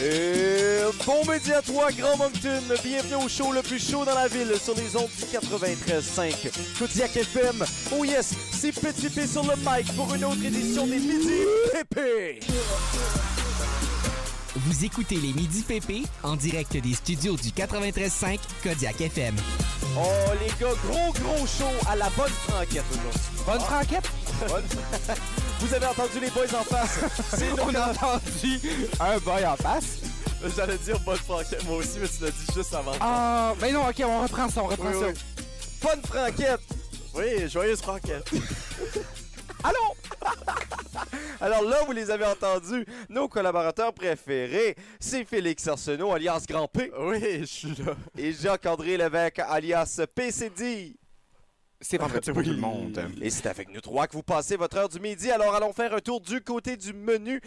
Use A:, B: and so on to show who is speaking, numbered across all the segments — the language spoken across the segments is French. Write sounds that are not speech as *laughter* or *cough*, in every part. A: Et Euh, bon midi à toi, Grand Moncton. Bienvenue au show le plus chaud dans la ville sur les ondes du 93.5. Kodiak FM. Oh yes, c'est Petit P sur le mic pour une autre édition des Midi PP.
B: Vous écoutez les Midi PP en direct des studios du 93.5 Kodiak FM.
A: Oh les gars, gros gros show à la bonne franquette aujourd'hui.
C: Bonne franquette!
A: Bonne- Vous avez entendu les boys en
C: *laughs*
A: face. C'est nos
C: On a entendu un boy en face.
A: *laughs* J'allais dire bonne franquette moi aussi, mais tu l'as dit juste avant.
C: Ah, ben non, ok, on reprend ça, on reprend
A: Oui,
C: ça.
A: oui. Bonne franquette! Oui, joyeuse *laughs* franquette.
C: Allons!
A: *laughs* Alors là, vous les avez entendus, nos collaborateurs préférés, c'est Félix Arsenault, alias Grand P,
D: Oui, je suis là.
A: et Jacques-André Lévesque, alias PCD. *laughs*
C: C'est vendredi pour tout le monde.
A: Et c'est avec nous trois que vous passez votre heure du midi, alors allons faire un tour du côté du menu.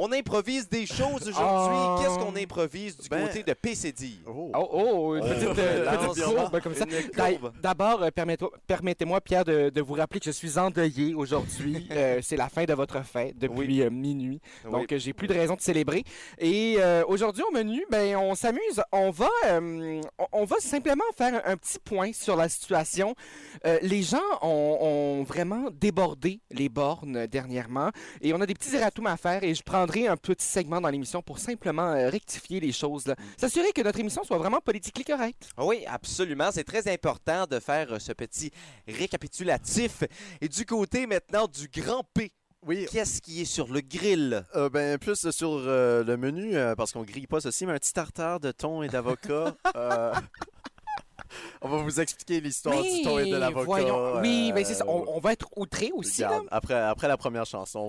A: On improvise des choses aujourd'hui.
C: Ah.
A: Qu'est-ce qu'on improvise du
D: Ben.
A: côté de PCD?
D: Oh.
C: Oh, oh, une
A: On
C: petite, euh,
A: relance
C: petite courbe comme ça.
A: une
C: D'ail-
A: courbe.
C: D'abord, euh, permets-toi- permettez-moi, Pierre, de, de vous rappeler que je suis endeuillé
A: *laughs*
C: aujourd'hui. Euh, C'est la fin de votre fête depuis
A: Oui.
C: euh, minuit.
A: Oui.
C: Donc, euh, j'ai plus de raison de célébrer. Et euh, aujourd'hui, au menu, ben, on s'amuse. On va, euh, on- on va simplement faire un, un petit point sur la situation. Euh, les gens ont, ont vraiment débordé les bornes dernièrement. Et on a des petits erratum à faire. Et je prendrai un petit segment dans l'émission pour simplement euh, rectifier les choses.
A: Mm.
C: là. S'assurer que notre émission soit vraiment politiquement correcte.
A: Ah Oui, absolument. C'est très important de faire euh, ce petit récapitulatif. Et du côté maintenant du Grand P,
D: Oui,
A: qu'est-ce qui est sur le grill?
D: euh, ben plus sur euh, le menu, euh, parce qu'on grille pas ceci, mais un petit tartare de thon et *laughs* d'avocat. euh, on va vous expliquer l'histoire du thon et de
C: Mais
D: l'avocat.
C: voyons. Oui,
D: euh,
C: mais c'est ça. On, on va être outré aussi. là.
D: regarde, après, après la première chanson, on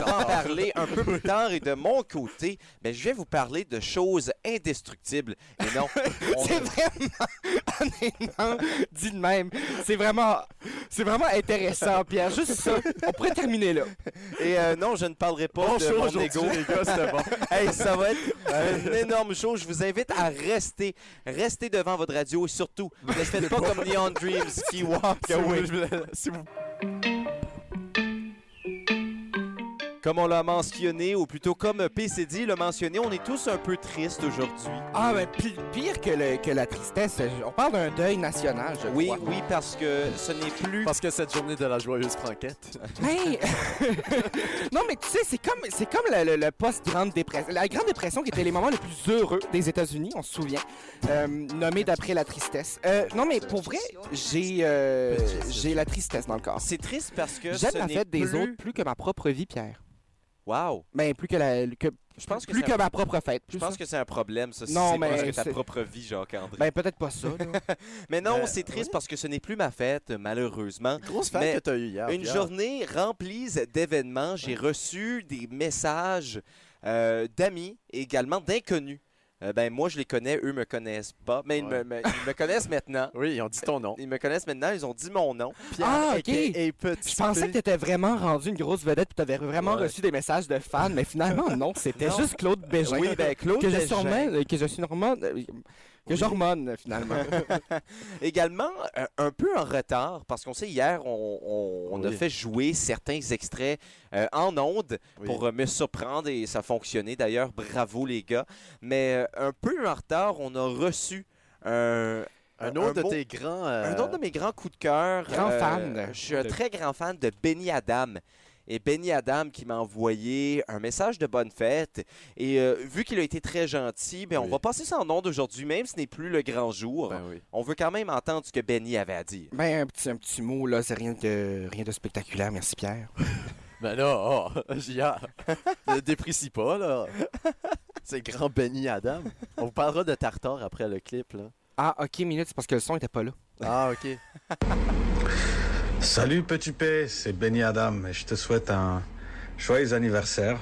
A: On va
D: parler de
A: en
D: *laughs* tartare.
A: parler un peu plus tard et de mon côté, mais je vais vous parler de choses indestructibles. Et
D: *laughs*
A: non, on-
C: *laughs* C'est vraiment, *laughs* honnêtement, dit de même, c'est vraiment, c'est vraiment intéressant, Pierre. Juste ça, on pourrait terminer là.
A: et euh, non, je ne parlerai pas
D: Bon
A: de
D: show
A: mon
D: aujourd'hui,
A: ego.
D: Ah, les gars, c'était bon.
A: *laughs* Hey, ça va être un énorme show. Je vous invite à rester, rester devant votre radio et surtout, ne faites pas comme Neon Dreams
C: *laughs*
A: qui walk
D: Si
A: away.
D: vous- je- si vous-
A: Comme on l'a mentionné, ou plutôt comme PCD l'a mentionné, on est tous un peu tristes aujourd'hui.
C: Ah, mais pi- pire que, le- que la tristesse, on parle d'un deuil national, je
A: Oui,
C: crois.
A: oui, parce que ce n'est plus...
D: Parce que cette journée de la joyeuse franquette.
C: Hey! *laughs* non, mais tu sais, c'est comme, c'est comme le, le- le post-grande dépression. La grande dépression qui était les moments les plus heureux des États-Unis, on se souvient, euh, nommé d'après la tristesse. Euh, non, mais pour vrai, j'ai, euh, j'ai la tristesse dans le corps.
A: C'est triste parce que
C: J'aime
A: ce
C: la
A: n'est
C: fête des
A: plus-
C: autres plus que ma propre vie, Pierre.
A: Wow!
C: Ben, plus que la. Que,
A: Je pense que
C: plus
A: c'est
C: que ma propre fête.
A: Je pense que c'est un problème, ça, si
C: Non,
A: c'est
C: mais
A: plus que ta
C: c'est-
A: propre vie, Jacques-André.
C: Ben, peut-être pas ça,
A: *laughs*
C: là.
A: mais non,
D: euh,
A: c'est triste parce que ce n'est plus ma fête, malheureusement.
D: Grosse
A: Mais
D: fête que t'as eue hier.
A: Une
D: Pierre.
A: journée remplie d'événements. J'ai reçu des messages euh, d'amis, également d'inconnus. Euh, ben, moi, je les connais, eux me connaissent pas. Mais ils, me,
D: Ouais.
A: me- ils me connaissent
C: *laughs*
A: maintenant.
D: Oui, ils ont dit ton nom.
A: Ils me connaissent maintenant, ils ont dit mon nom.
C: Ah, ok.
D: Et petit.
C: Je pensais que t'étais vraiment rendu une grosse vedette puis t'avais vraiment
D: Ouais.
C: reçu des messages de fans, mais finalement, non, c'était
A: Non.
C: juste Claude Bégin.
A: Oui, ben, Claude
C: que je
A: Bégin.
C: suis hormone- que je suis normande, euh, que j'hormone, euh, finalement.
A: Également, euh, un peu en retard, parce qu'on sait, hier, on, on- on a
D: Oui.
A: fait jouer certains extraits euh, en ondes
D: Oui.
A: pour euh, me surprendre et ça fonctionnait d'ailleurs. Bravo les gars. Mais euh, un peu en retard, on a reçu un, euh,
D: euh, un autre de
A: mot-
D: tes grands. euh,
A: un autre de mes grands coups de cœur. euh,
C: Grand fan.
A: Je suis un
C: De-
A: très grand fan de Benny Adam. Et Benny Adam qui m'a envoyé un message de bonne fête. Et euh, vu qu'il a été très gentil, ben, on
D: Oui.
A: va passer ça en ondes aujourd'hui, même si ce n'est plus le grand jour.
D: Ben oui.
A: On veut quand même entendre ce que Benny avait à dire.
C: *laughs* ben, un petit, un petit mot, là, c'est rien de, rien de spectaculaire, merci Pierre.
D: Ben là, oh, *laughs* J.A., ne déprécie pas, là. C'est grand Benny Adam. On vous parlera de Tartare après le clip, là.
C: Ah, ok, minute, c'est parce que le son était pas *laughs* là.
D: Ah, OK.
E: Salut Petit P, c'est Benny Adam et je te souhaite un joyeux anniversaire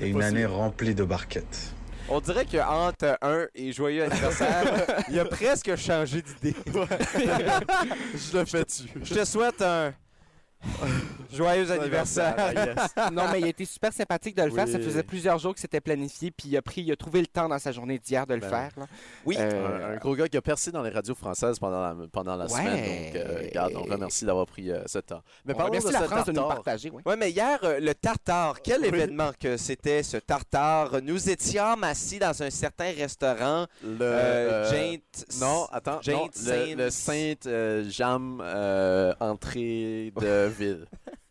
E: et une
D: Possible.
E: année remplie de barquettes.
A: On dirait que entre un et joyeux *laughs* anniversaire, il a presque changé d'idée.
C: *laughs*
D: Je le *laughs* fais-tu?
A: Je te souhaite un
C: Joyeux
D: Ah,
C: anniversaire!
D: yes.
C: non, mais il a été super sympathique de le faire. Ça
D: Oui.
C: faisait plusieurs jours que c'était planifié, puis il a pris, il a trouvé le temps dans sa journée d'hier de le
D: Ben
C: faire. là.
D: Oui,
C: Euh,
D: un, un gros gars qui a percé dans les radios françaises pendant la, pendant la
C: Ouais.
D: semaine. Donc, euh, regarde, on remercie d'avoir pris euh, ce temps. Mais
C: On
D: parlons
C: remercie
D: de
C: la
D: ce
C: France de nous le
D: tartare.
C: partager. oui.
A: Oui, mais hier, euh, le tartare, quel
D: Oui.
A: événement que c'était ce tartare. Nous étions assis dans un certain restaurant,
D: Le,
A: euh,
D: euh,
A: Jaint-
D: Non, attends,
A: Jane
D: non, le, le Saint euh, Jam euh, entrée
C: *laughs*
D: de ville.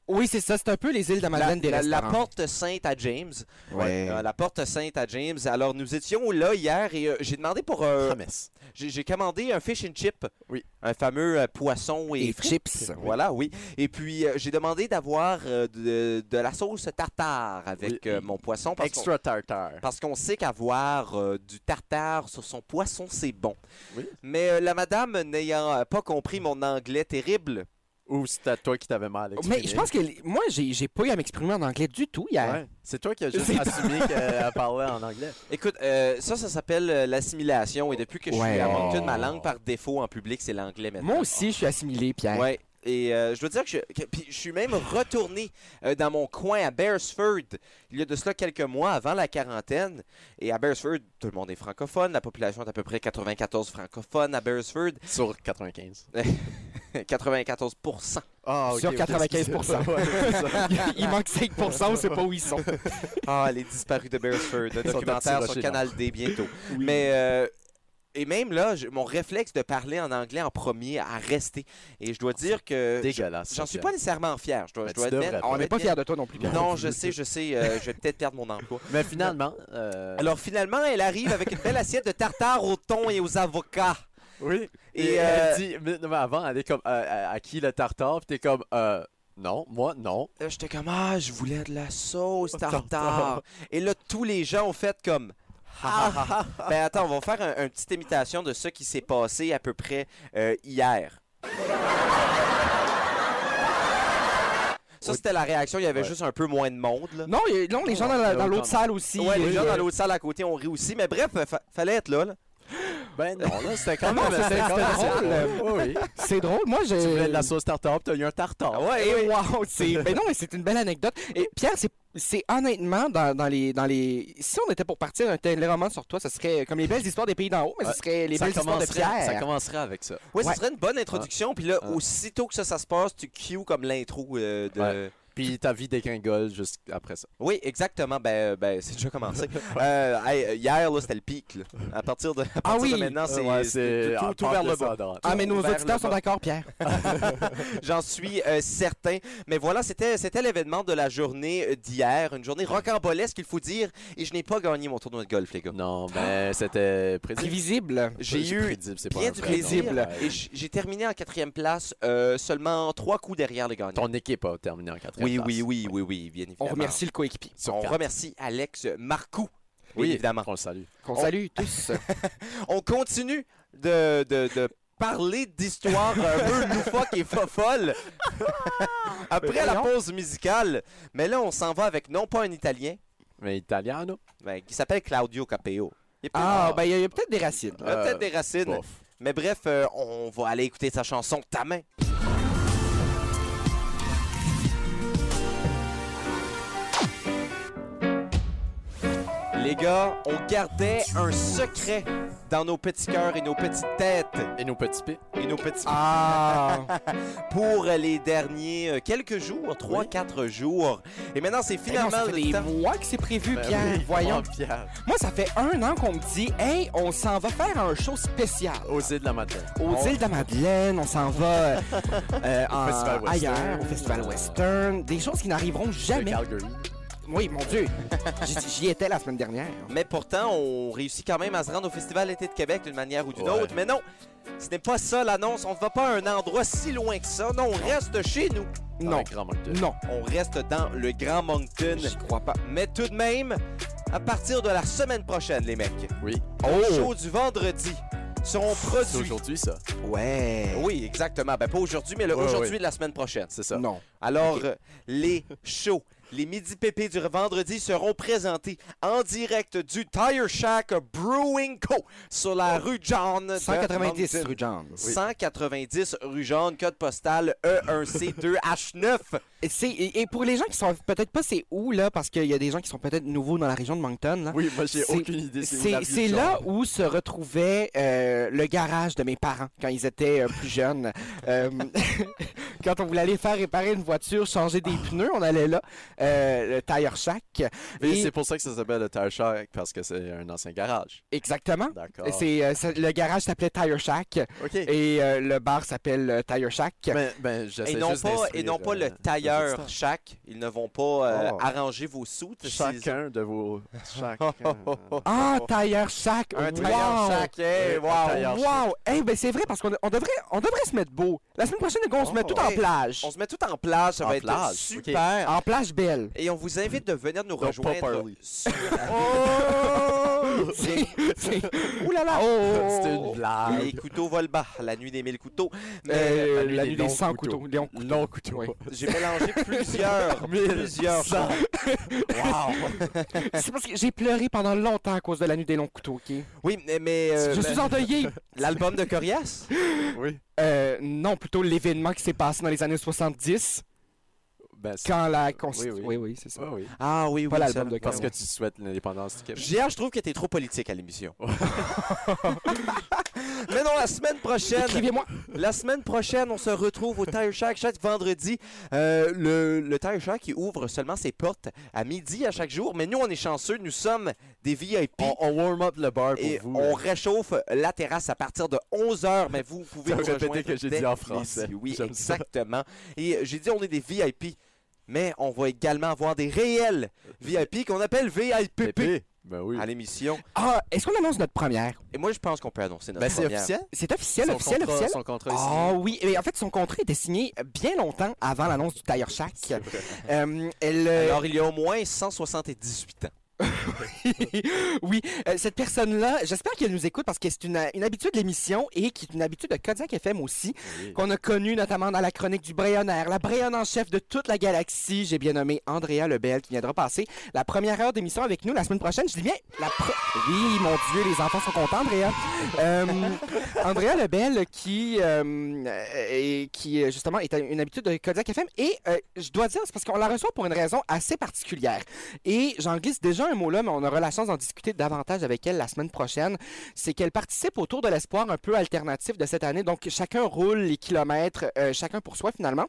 C: Oui, c'est ça. C'est un peu les îles de
A: la,
C: Madeleine des
A: la- la
C: restaurants.
A: porte sainte à James.
C: Ouais. Ah,
A: Euh, la porte sainte à James. Alors, nous étions là hier et euh, j'ai demandé pour. euh,
D: Promesse.
A: j'ai j'ai commandé un fish and chip.
D: Ah, Oui.
A: Un fameux euh, poisson et,
C: Et
A: frites.
C: chips.
A: Voilà, oui. Et puis, euh, j'ai demandé d'avoir euh, de, de la sauce tartare avec
D: Oui.
A: euh, mon poisson. Parce qu'on-
D: Extra tartare.
A: parce qu'on sait qu'avoir euh, du tartare sur son poisson, c'est bon.
D: Oui.
A: Mais euh, la madame, n'ayant euh, pas compris mon anglais terrible,
D: Ou c'était toi qui t'avais mal exprimé.
C: Mais je pense que les- moi, j'ai j'ai pas eu à m'exprimer en anglais du tout hier.
D: Ouais. C'est toi qui as juste
C: C'est-
D: assumé qu'elle parlait en anglais.
A: écoute, euh, ça, ça s'appelle euh, l'assimilation. Et depuis que je suis
C: Ouais.
A: à Moncton, ma langue par défaut en public, c'est l'anglais maintenant.
C: Moi aussi, je suis assimilé, Pierre.
A: Ouais. Et euh, je dois dire que je, que- puis je suis même retourné euh, dans mon coin à Beresford il y a de cela quelques mois avant la quarantaine. Et à Beresford, tout le monde est francophone. La population est à peu près 94 francophones à Beresford. *laughs*
D: Sur 95.
A: 94
D: Ah,
C: Sur 95%.
D: Ouais, c'est ça.
C: *laughs* Il manque 5%, on sait pas où ils sont.
A: Ah, les disparus de Beresford, un
D: Ils sont
A: documentaire sur
D: anti-rochers,
A: Canal D bientôt. Mais euh, et même là, je- mon réflexe de parler en anglais en premier a resté. Et je dois dire que je-
D: *laughs* Dégueulasse.
A: j'en suis pas nécessairement fier. Je dois,
D: Mais
A: je dois
D: tu devrais
A: admettre-
D: pas.
C: On n'est pas
A: admettre-
C: fiers de toi non plus, Pierre.
A: Non, je sais, je sais, euh, je vais peut-être perdre mon emploi.
D: Mais finalement. euh,
A: Alors finalement, elle arrive avec une belle assiette de tartare au thon et aux avocats.
D: Oui.
A: Et,
D: Et,
A: euh,
D: elle dit, mais, non, mais avant, elle est comme, euh, à, à qui le tartare? Puis t'es comme, euh, non, moi, non.
A: Là, j'étais comme ah, je voulais de la
D: *laughs*
A: sauce tartare.
D: Tartare.
A: Et là, tous les gens ont fait comme Ah, ah, ah. *laughs* ben attends, on va faire un- une petite imitation de ce qui s'est passé à peu près euh, hier. Ça, c'était la réaction. Il y avait
D: Ouais.
A: juste un peu moins de monde. Là.
C: Non, il y a- non, les gens dans la- dans l'autre salle aussi.
A: Ouais, les
C: euh,
A: gens dans l'autre salle à côté ont ri aussi. Mais bref, fa- fallait être là. là.
D: Ben non, là, c'était quand
C: Ah non,
D: même...
C: c'était-
D: c'était quand même
C: c'était drôle.
D: assez Oui, Euh, oui.
C: C'est drôle, moi j'ai.
D: Tu voulais de la sauce tartare, puis t'as eu un tartare.
C: Ouais, et wow, c'est. mais non, mais c'est une belle anecdote. Et Pierre, c'est. C'est honnêtement dans, dans les dans les si on était pour partir un téléroman sur toi, ce serait comme les belles histoires des pays d'en haut, mais ce
D: Ouais,
C: serait les
D: ça,
C: belles histoires de
D: commencerait,
C: Pierre.
D: ça commencerait avec ça.
A: Ouais,
C: Ouais.
A: ce serait une bonne introduction. Puis là,
D: Ah.
A: aussitôt que ça, ça se passe, tu cues comme l'intro euh, de.
D: Ouais. Puis ta vie dégringole juste après ça.
A: Oui, exactement. Ben, euh, ben *laughs* c'est déjà commencé. Euh, hey, euh, hier, là, c'était le pic. là. À partir de, à partir de
C: oui.
A: maintenant, c'est
D: Ouais,
A: c'est tout,
D: en
A: tout vers le bas.
D: descendant.
C: Ah mais nos
A: vers le
C: auditeurs sont
A: bas.
C: d'accord, Pierre.
A: J'en suis euh, certain. Mais voilà, c'était c'était l'événement de la journée euh, d'hier. Une journée rocambolesque, il faut dire. Et je n'ai pas gagné mon tournoi de golf, les gars.
D: Non, mais c'était prédivisible.
C: Prévisible.
A: J'ai eu bien du plaisir. Et j- j'ai terminé en quatrième place, euh, seulement trois coups derrière les gagnants.
D: Ton équipe a terminé en quatrième
A: Oui,
D: place.
A: oui, oui, oui, oui, bien évidemment.
C: On remercie le coéquipier.
D: Sur
A: On
D: quatre.
A: remercie Alex Marcoux, bien
D: Oui,
A: évidemment.
D: On le salue.
C: Qu'on
A: On-
C: salue tous.
A: On continue de, de, de parler d'histoires
C: *laughs*
A: un peu loufoques et fofolles après la
C: Voyons.
A: pause musicale. Mais là, on s'en va avec non pas un Italien,
D: Mais Italiano,
A: ben, qui s'appelle Claudio Capeo. Il est peut-être-
C: Ah ben il y a- il y a, peut-être des racines.
A: il a peut-être
D: euh,
A: des racines.
D: bof.
A: Mais bref, euh, on va aller écouter sa chanson Ta main. Les gars, on gardait un secret dans nos petits cœurs et nos petites têtes
D: Et nos petits pieds.
A: et nos petits
C: Ah
A: pour les derniers euh, quelques jours, 3-4 jours. Et maintenant,
D: Eh
A: c'est
C: finalement
A: finalement
C: Eh ça fait
A: le
C: des
A: temps. Ah,
C: mois que c'est prévu,
D: Ben
C: Pierre.
D: oui,
C: Voyons.
D: oh, Pierre.
C: Moi ça fait un an qu'on me dit Hey, on s'en va faire un show spécial.
D: Aux îles de la matin.
C: Aux îles de la Madeleine, on s'en
D: *laughs*
C: va euh, euh, en-
D: Festival Western.
C: ailleurs, au Festival Western, des choses qui n'arriveront jamais.
D: Calgary.
C: Oui, mon Dieu, J'y- j'y étais la semaine dernière.
A: Mais pourtant, on réussit quand même à se rendre au Festival Été de Québec d'une manière ou d'une
D: Ouais.
A: autre. Mais non, ce n'est pas ça l'annonce. On ne va pas à un endroit si loin que ça. Non, on reste chez nous.
D: Dans
C: Non,
D: le Grand Moncton.
C: non,
A: On reste dans le Grand Moncton.
C: j'y crois pas.
A: Mais tout de même, à partir de la semaine prochaine, les mecs,
D: Oui.
C: Oh,
A: le show du vendredi seront
D: Oh! C'est
A: produits.
D: aujourd'hui, ça.
C: Ouais,
A: Oui, exactement. Ben, pas aujourd'hui, mais le
D: Ouais,
A: aujourd'hui
D: ouais.
A: de la semaine prochaine.
D: C'est ça.
C: non.
A: Alors, euh, les shows, les midi pépés du vendredi seront présentés en direct du Tire Shack Brewing Co. sur
D: Oh.
A: la rue John. de
C: 190
A: Moncton.
C: rue John.
A: 190 rue John, code postal E E1C2H9.
D: *laughs*
C: Et, c'est- et- et pour les gens qui sont peut-être pas c'est où là, parce qu'il y a des gens qui sont peut-être nouveaux dans la région de Moncton là.
D: *laughs* Oui, moi, j'ai
C: C'est-
D: aucune idée. où la
C: C'est
D: rue
C: c'est
D: Jean.
C: là où se retrouvait euh, le garage de mes parents quand ils étaient euh, plus jeunes. Euh, *laughs* quand on voulait aller faire réparer une voiture, changer des pneus, on allait là, euh, le tire shack.
D: Mais
C: Et-
D: c'est pour ça que ça s'appelle le Tire Shack, parce que c'est un ancien garage.
C: Exactement.
D: D'accord.
C: C'est euh, c'est- le garage s'appelait Tire Shack
D: OK.
C: et euh, le bar s'appelle euh, Tire Shack.
D: Ben, ben, j'essaie
A: Et non,
D: juste
A: pas, et
D: d'instruire,
A: non pas
D: euh,
A: le
D: nos
A: tailleur
D: auditeurs.
A: Shack. Ils ne vont pas euh,
D: Oh.
A: arranger vos soutes. s'ils-
D: Chacun de vos... Chacun.
C: Ah, Tire Shack.
A: Un
C: wow!
A: tailleur Shack. Hey,
D: Un
A: wow.
D: tailleur.
C: Wow! Eh ben c'est vrai parce qu'on on devrait on devrait se mettre beau. La semaine prochaine, les gars, on se
D: Oh.
C: met tout en
A: Hey,
C: plage.
A: On se met tout en plage. Ça
D: En
A: va être
D: plage,
A: super.
C: En plage belle.
A: Et on vous invite de venir nous
D: pas
A: rejoindre.
D: Parley. *laughs*
A: sur- Oh,
C: C'est- c'est- Ouh là là!
D: C'était Ah, une blague.
A: Les couteaux volent bas, la nuit des mille couteaux. Mais
C: Euh, la,
D: la nuit des
C: nuit des
D: longs
C: 100
D: couteaux.
C: couteaux. Léon couteaux.
D: Long couteau.
C: Oui.
A: j'ai mélangé
C: *laughs*
A: plusieurs,
D: *laughs*
A: plusieurs
D: Cent.
A: choses.
C: C'est parce que j'ai pleuré pendant longtemps à cause de la nuit des longs couteaux, ok?
A: Oui, mais, mais, euh,
C: Je
D: ben,
A: mais-
C: suis
D: *laughs*
C: endeuillé!
A: l'album de Corias.
D: Oui.
C: Euh, non, plutôt l'événement qui s'est passé dans les années 70,
D: Ben, c'est...
C: quand la Constitution...
D: oui.
C: Oui, oui, c'est ça.
D: Ah oui.
A: Ah oui, oui.
C: Pas l'album
A: ça-
C: de
D: Parce que
C: Corias.
D: tu souhaites l'indépendance du Québec.
A: JR, je trouve que t'es trop politique à l'émission. *laughs* Mais non, la semaine
D: ben,
A: prochaine,
C: Écrivez-moi!
A: la semaine prochaine, on se retrouve au Tire Shack chaque vendredi. Euh, le, le Tire Shack qui ouvre seulement ses portes à midi à chaque jour. Mais nous, on est chanceux, nous sommes des VIP.
D: On, on warm up le bar pour
A: Et
D: vous. euh.
A: on
D: là.
A: réchauffe la terrasse à partir de 11h, mais vous pouvez
D: *laughs* Ça
A: nous
D: me répétait
A: rejoindre
D: que j'ai
A: dès
D: dit en
A: midi.
D: français.
A: Oui,
D: *laughs* J'aime ça.
A: exactement. Et euh, j'ai dit on est des VIP, mais on va également avoir des réels
D: Euh,
A: VIP qu'on appelle VIPP
D: Pépé. Ben oui.
A: à l'émission.
C: Ah, est-ce qu'on annonce notre première?
A: Et moi, je pense qu'on peut annoncer notre
D: Ben, c'est
A: première.
D: officiel.
C: C'est officiel,
D: Son
C: officiel,
D: contrat-
C: officiel?
D: Son contrat est signé.
C: Ah oui, mais en fait, son contrat était signé bien longtemps avant l'annonce du Tire Shack. Euh, elle, euh,
A: Alors, il y a au moins 178 ans.
C: oui, euh, cette personne-là, j'espère qu'elle nous écoute parce que c'est une, une habitude de l'émission et qui est une habitude de Kodiak FM aussi,
D: Oui.
C: qu'on a connue notamment dans la chronique du Brayonnaire, la Brayonne en chef de toute la galaxie. J'ai bien nommé Andrea Lebel qui viendra passer la première heure d'émission avec nous la semaine prochaine. Je dis bien la pro- Oui, mon Dieu, les enfants sont contents, Andrea. Euh, Andrea Lebel qui, euh, euh, et qui euh, justement est une habitude de Kodiak FM et euh, je dois dire, c'est parce qu'on la reçoit pour une raison assez particulière. Et j'en glisse déjà un mot là, mais on aura la chance d'en discuter davantage avec elle la semaine prochaine. C'est qu'elle participe au Tour de l'espoir un peu alternatif de cette année. Donc, chacun roule les kilomètres, euh, chacun pour soi finalement.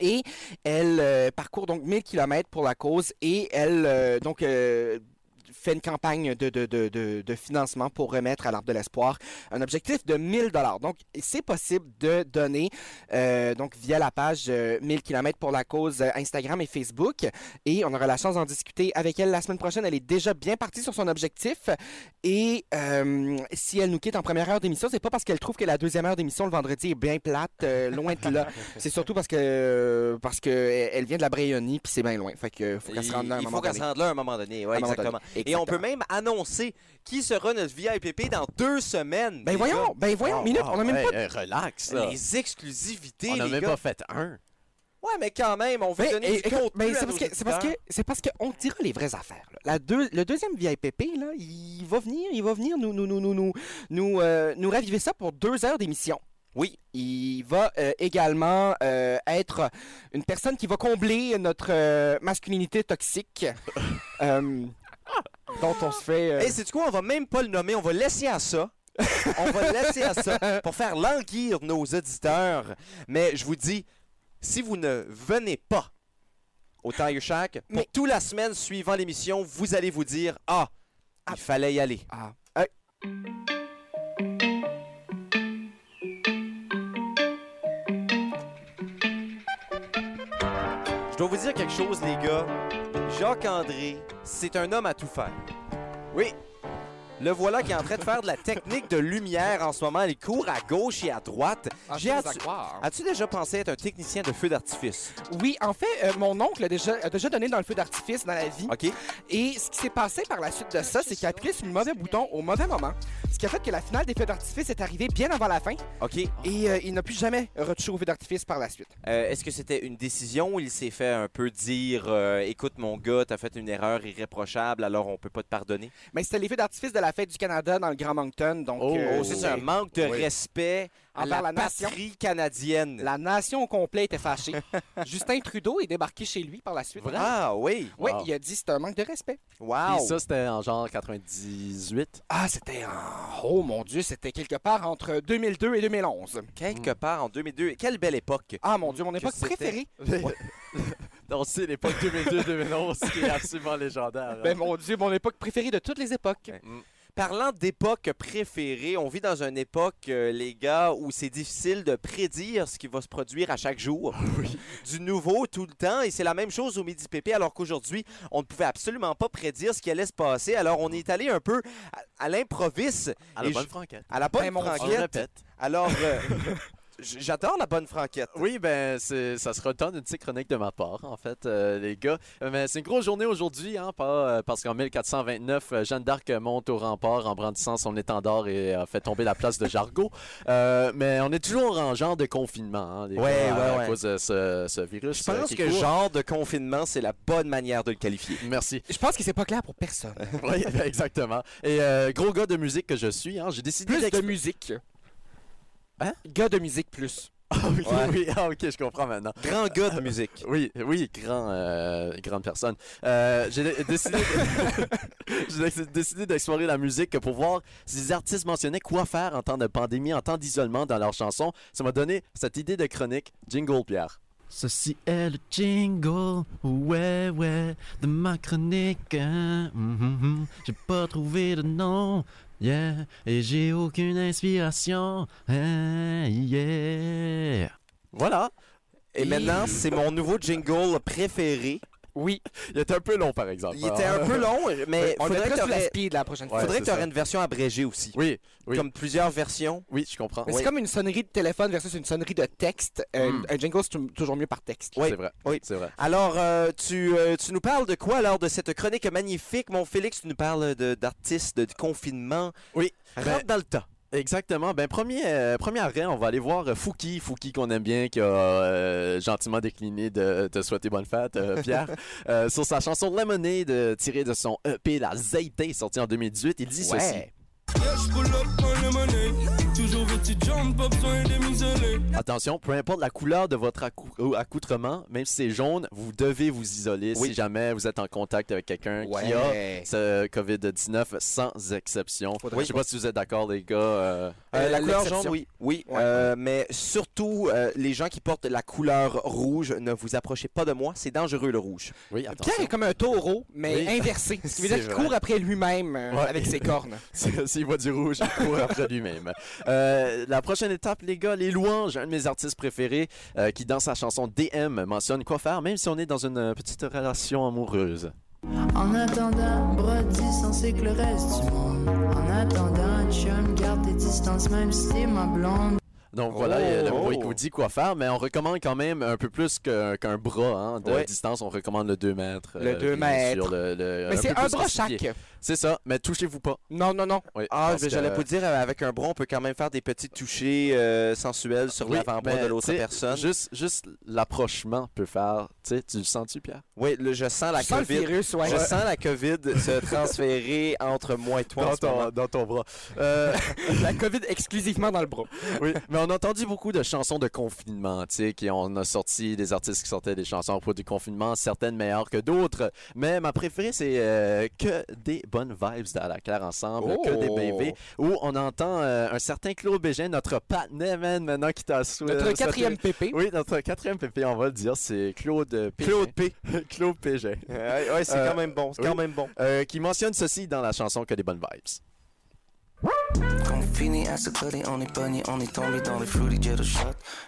C: Et elle euh, parcourt donc 1000 kilomètres pour la cause et elle, euh, donc... euh, fait une campagne de, de- de- de- de financement pour remettre à l'Arbre de l'Espoir un objectif de 1000 dollars. Donc, c'est possible de donner euh, donc via la page euh, 1000 km pour la cause euh, Instagram et Facebook. Et on aura la chance d'en discuter avec elle la semaine prochaine. Elle est déjà bien partie sur son objectif. Et euh, si elle nous quitte en première heure d'émission, c'est pas parce qu'elle trouve que la deuxième heure d'émission le vendredi est bien plate, euh, loin de
A: *laughs*
C: là. c'est surtout parce que euh, parce que elle elle vient de la Brayonnie puis c'est bien loin. Fait que faut qu'elle se rende là à un
A: il
C: moment
A: faut qu'elle
C: donné.
A: se rende là à un moment donné. Ouais,
C: À un moment donné.
A: exactement. Et on peut
C: Exactement.
A: même annoncer qui sera notre VIPP dans deux semaines.
C: Ben
A: les
C: voyons, ben voyons,
A: Ah,
D: Wow,
C: minute,
D: wow,
C: on a même
D: hey,
C: pas.
D: hey, euh, relax,
A: gars.
D: là.
A: Les exclusivités,
D: On n'a
A: les
D: même
A: gars.
D: pas fait un.
A: Ouais, mais quand même, on veut
C: Ben,
A: donner
C: et-
A: du
C: écoute,
A: contenu à
C: ben,
A: nos
C: c'est parce que c'est parce que
A: auditeurs.
C: c'est parce qu'on dira les vraies affaires. là. La deux- le deuxième VIPP là, il va venir, il va venir nous nous nous nous nous nous, euh, nous raviver ça pour deux heures d'émission.
A: Oui.
C: Il va euh, également euh, être une personne qui va combler notre euh, masculinité
A: *laughs*
C: toxique euh, dont on se fait. euh,
A: Et c'est du quoi, on va même pas le nommer, on va laisser à *laughs* ça. on va laisser à ça pour faire languir nos auditeurs. Mais je vous dis, si vous ne venez pas au Tire Shack, pour
C: Mais-
A: toute la semaine suivant l'émission, vous allez vous dire Ah, il fallait y aller.
C: Ah. Hey.
A: Je dois vous dire quelque chose, les gars. Jacques-André, c'est un homme à tout faire. Oui. Le voilà qui est en train de faire de la technique de lumière en ce moment. Il court à gauche et à droite. J'ai
C: hâte-
A: hâte- As-tu déjà pensé être un technicien de feu d'artifice?
C: Oui, en fait, euh, mon oncle a déjà, a déjà donné dans le feu d'artifice dans la vie.
A: OK?
C: Et ce qui s'est passé par la suite de ça, c'est qu'il a appuyé sur le mauvais bouton au mauvais moment. Ce qui a fait que la finale des feux d'artifice est arrivée bien avant la fin
A: OK.
C: et euh, il n'a plus jamais retouché aux feux d'artifice par la suite.
A: Euh, Est-ce que c'était une décision où il s'est fait un peu dire euh, Écoute, mon gars, t'as fait une erreur irréprochable, alors on peut pas te pardonner
C: Mais c'était les feux d'artifice de la fête du Canada dans le Grand Moncton, donc
D: Oh,
A: Oh,
C: euh,
A: c'est
C: c'est-
A: un manque de
D: Oui.
A: respect à
C: Envers
A: la,
C: la nation.
A: patrie canadienne.
C: la nation au complet était fâchée.
A: *laughs*
C: Justin Trudeau est débarqué chez lui par la suite.
A: Ah oui!
C: Oui,
D: Wow.
C: il a dit c'est un manque de respect.
A: Wow!
D: Puis ça, c'était en genre 98.
C: Ah, c'était en... Oh mon Dieu, c'était quelque part entre 2002 et 2011.
A: Quelque part en 2002, quelle belle époque!
C: Ah mon Dieu, mon époque
A: c'était?
C: préférée.
D: *laughs* On sait l'époque 2002-2011 qui est absolument légendaire. hein.
C: Ben mon Dieu, mon époque préférée de toutes les époques.
A: Parlant d'époque préférée, on vit dans une époque, euh, les gars, où c'est difficile de prédire ce qui va se produire à chaque *laughs* jour. Du nouveau tout le temps, et c'est la même chose au Midi Pépé, alors qu'aujourd'hui, on ne pouvait absolument pas prédire ce qui allait se passer. Alors, on est allé un peu à, à l'improviste,
D: à la
A: et
D: bonne
A: je-
D: franquette.
A: à la bonne
C: Ben, mon
D: On
A: franquette.
D: répète.
A: Alors, *laughs* euh, j- j'adore la bonne franquette.
D: Oui, ben, c'est- ça sera le temps d'une petite chronique de ma part, en fait, euh, les gars. Euh, Mais c'est une grosse journée aujourd'hui, hein, pas, euh, parce qu'en 1429, euh, Jeanne d'Arc monte au rempart en brandissant son étendard et a fait tomber la place de *laughs* Jargot. Euh, mais on est toujours en genre de confinement, hein, les
A: Ouais,
D: gars, à,
A: ouais, ouais.
D: cause de ce, ce virus.
A: Je
D: euh,
A: pense
D: qui
A: que
D: court.
A: genre de confinement, c'est la bonne manière de le qualifier.
D: Merci.
C: Je pense que c'est pas clair pour personne.
D: *laughs* Oui, ben, exactement. Et euh, gros gars de musique que je suis, hein, j'ai décidé
C: Plus de
D: d'expé-
C: musique.
D: Hein?
C: Gars de musique plus.
D: Ah oui,
A: Ouais.
D: *laughs* oui, ah, ok, je comprends maintenant. Euh,
A: Grand gars de musique.
D: Oui, oui, grand, euh, grande personne. Euh, j'ai dé- décidé, *laughs* j'ai dé- décidé d'explorer la musique pour voir si les artistes mentionnaient quoi faire en temps de pandémie, en temps d'isolement dans leurs chansons. Ça m'a donné cette idée de chronique Jingle Pierre.
F: Ceci est le jingle, ouais, ouais, de ma chronique. hein. Hum, hum, hum. J'ai pas trouvé de nom, yeah, et j'ai aucune inspiration, hein, yeah.
D: Voilà.
A: Et maintenant, c'est mon nouveau jingle préféré.
C: Oui,
D: Il était un peu long, par exemple. hein.
A: Il était un peu long, mais
C: on
A: faudrait
C: le
A: que
C: mettra sur la
A: t'aurais-
C: speed la prochaine
D: Ouais,
C: fois.
A: faudrait
D: c'est
A: que tu aurais
D: ça.
A: une version abrégée aussi.
D: Oui, oui.
A: Comme plusieurs versions.
D: oui, je comprends.
C: Mais
D: Oui,
C: c'est comme une sonnerie de téléphone versus une sonnerie de texte. Euh, Un jingle, c'est tou- toujours mieux par texte.
A: oui,
D: c'est vrai.
A: oui.
D: C'est vrai.
A: Alors, euh, tu, euh, tu nous parles de quoi lors de cette chronique magnifique, mon Félix? Tu nous parles de- d'artistes, de, confinement.
D: Oui,
A: Rentre dans le temps.
D: Ben, Exactement. Ben premier, euh, premier arrêt, on va aller voir euh, Fouki, Fouki qu'on aime bien, qui a euh, gentiment décliné de te souhaiter bonne fête, euh,
A: *laughs*
D: Pierre, euh, sur sa chanson Lemonade euh, tirée de son EP La Zaité, sorti en 2018. Il dit ceci. Attention, peu importe la couleur de votre accou- ou accoutrement, même si c'est jaune, vous devez vous isoler
A: Oui.
D: si jamais vous êtes en contact avec quelqu'un qui a ce COVID-19 sans exception.
C: Faudrait-
D: Je sais pas si vous êtes d'accord, les gars. euh,
A: Euh, la
C: Euh,
A: couleur
C: l'exception.
A: jaune, oui. Oui,
C: Ouais.
A: euh, mais surtout, euh, les gens qui portent la couleur rouge, ne vous approchez pas de moi, c'est dangereux le rouge.
D: Oui, attention. *laughs*
C: Pierre est comme un taureau, mais
D: Oui.
C: inversé. Ce qui veut
D: C'est
C: dire qu'il
D: vrai.
C: court après lui-même euh,
D: Ouais.
C: avec ses cornes.
D: S'il s'il voit du rouge, il court après lui-même. Euh, la prochaine étape, les gars, les louanges. Un de mes artistes préférés euh, qui, dans sa chanson DM, mentionne quoi faire, même si on est dans une euh, petite relation amoureuse.
G: En attendant, brodis sans que le reste du monde. En attendant, une chum garde tes distances, même si t'es ma blonde.
D: Donc voilà,
A: Oh!
D: il y a le bruit qui vous dit quoi faire, mais on recommande quand même un peu plus que- qu'un bras hein, de
A: Ouais.
D: distance. On recommande le 2 mètres. euh,
C: Le deux
D: bien
C: mètres.
D: sûr, le- le-
C: Mais
D: peu
C: c'est un
D: plus
C: bras
D: spécifié.
C: chaque.
D: C'est ça, mais touchez-vous pas.
C: Non, non, non.
D: Oui,
A: Ah,
D: parce
A: mais j'allais
D: que-
A: pas dire, euh, avec un bras, on peut quand même faire des petits touchés euh, sensuels sur
D: Oui,
A: l'avant-bras
D: mais,
A: de l'autre
D: tu sais,
A: personne.
D: Juste, juste l'approchement peut faire. Tu sais, tu le sens-tu, Pierre?
A: Oui, le- je sens la
C: Sans le
A: COVID.
C: virus, ouais.
A: Je sens la COVID se *laughs* transférer entre moi et toi. en ce moment.
D: dans ton bras. Euh,
C: La COVID exclusivement dans le bras.
D: Oui, mais on a entendu beaucoup de chansons de confinement, tu sais, qui on a sorti des artistes qui sortaient des chansons au propos du confinement, certaines meilleures que d'autres. Mais ma préférée, c'est euh, que des bonnes vibes à la claire ensemble, que des
A: Oh!
D: bébés, où on entend euh, un certain Claude Bégin, notre partner, man, maintenant qui t'a sou-
C: Notre
D: euh,
C: quatrième pépé.
D: Oui, notre quatrième pépé, on va le dire, c'est Claude euh, Bégin.
A: Claude P.
D: *laughs* Claude Bégin.
A: Ouais, ouais, c'est
D: Euh,
A: quand même bon. C'est quand
D: oui.
A: même bon.
D: Euh, qui mentionne ceci dans la chanson Que des bonnes vibes.
H: Quand on finit à se coller, on est pogné, on est tombé dans le fruity jello shot.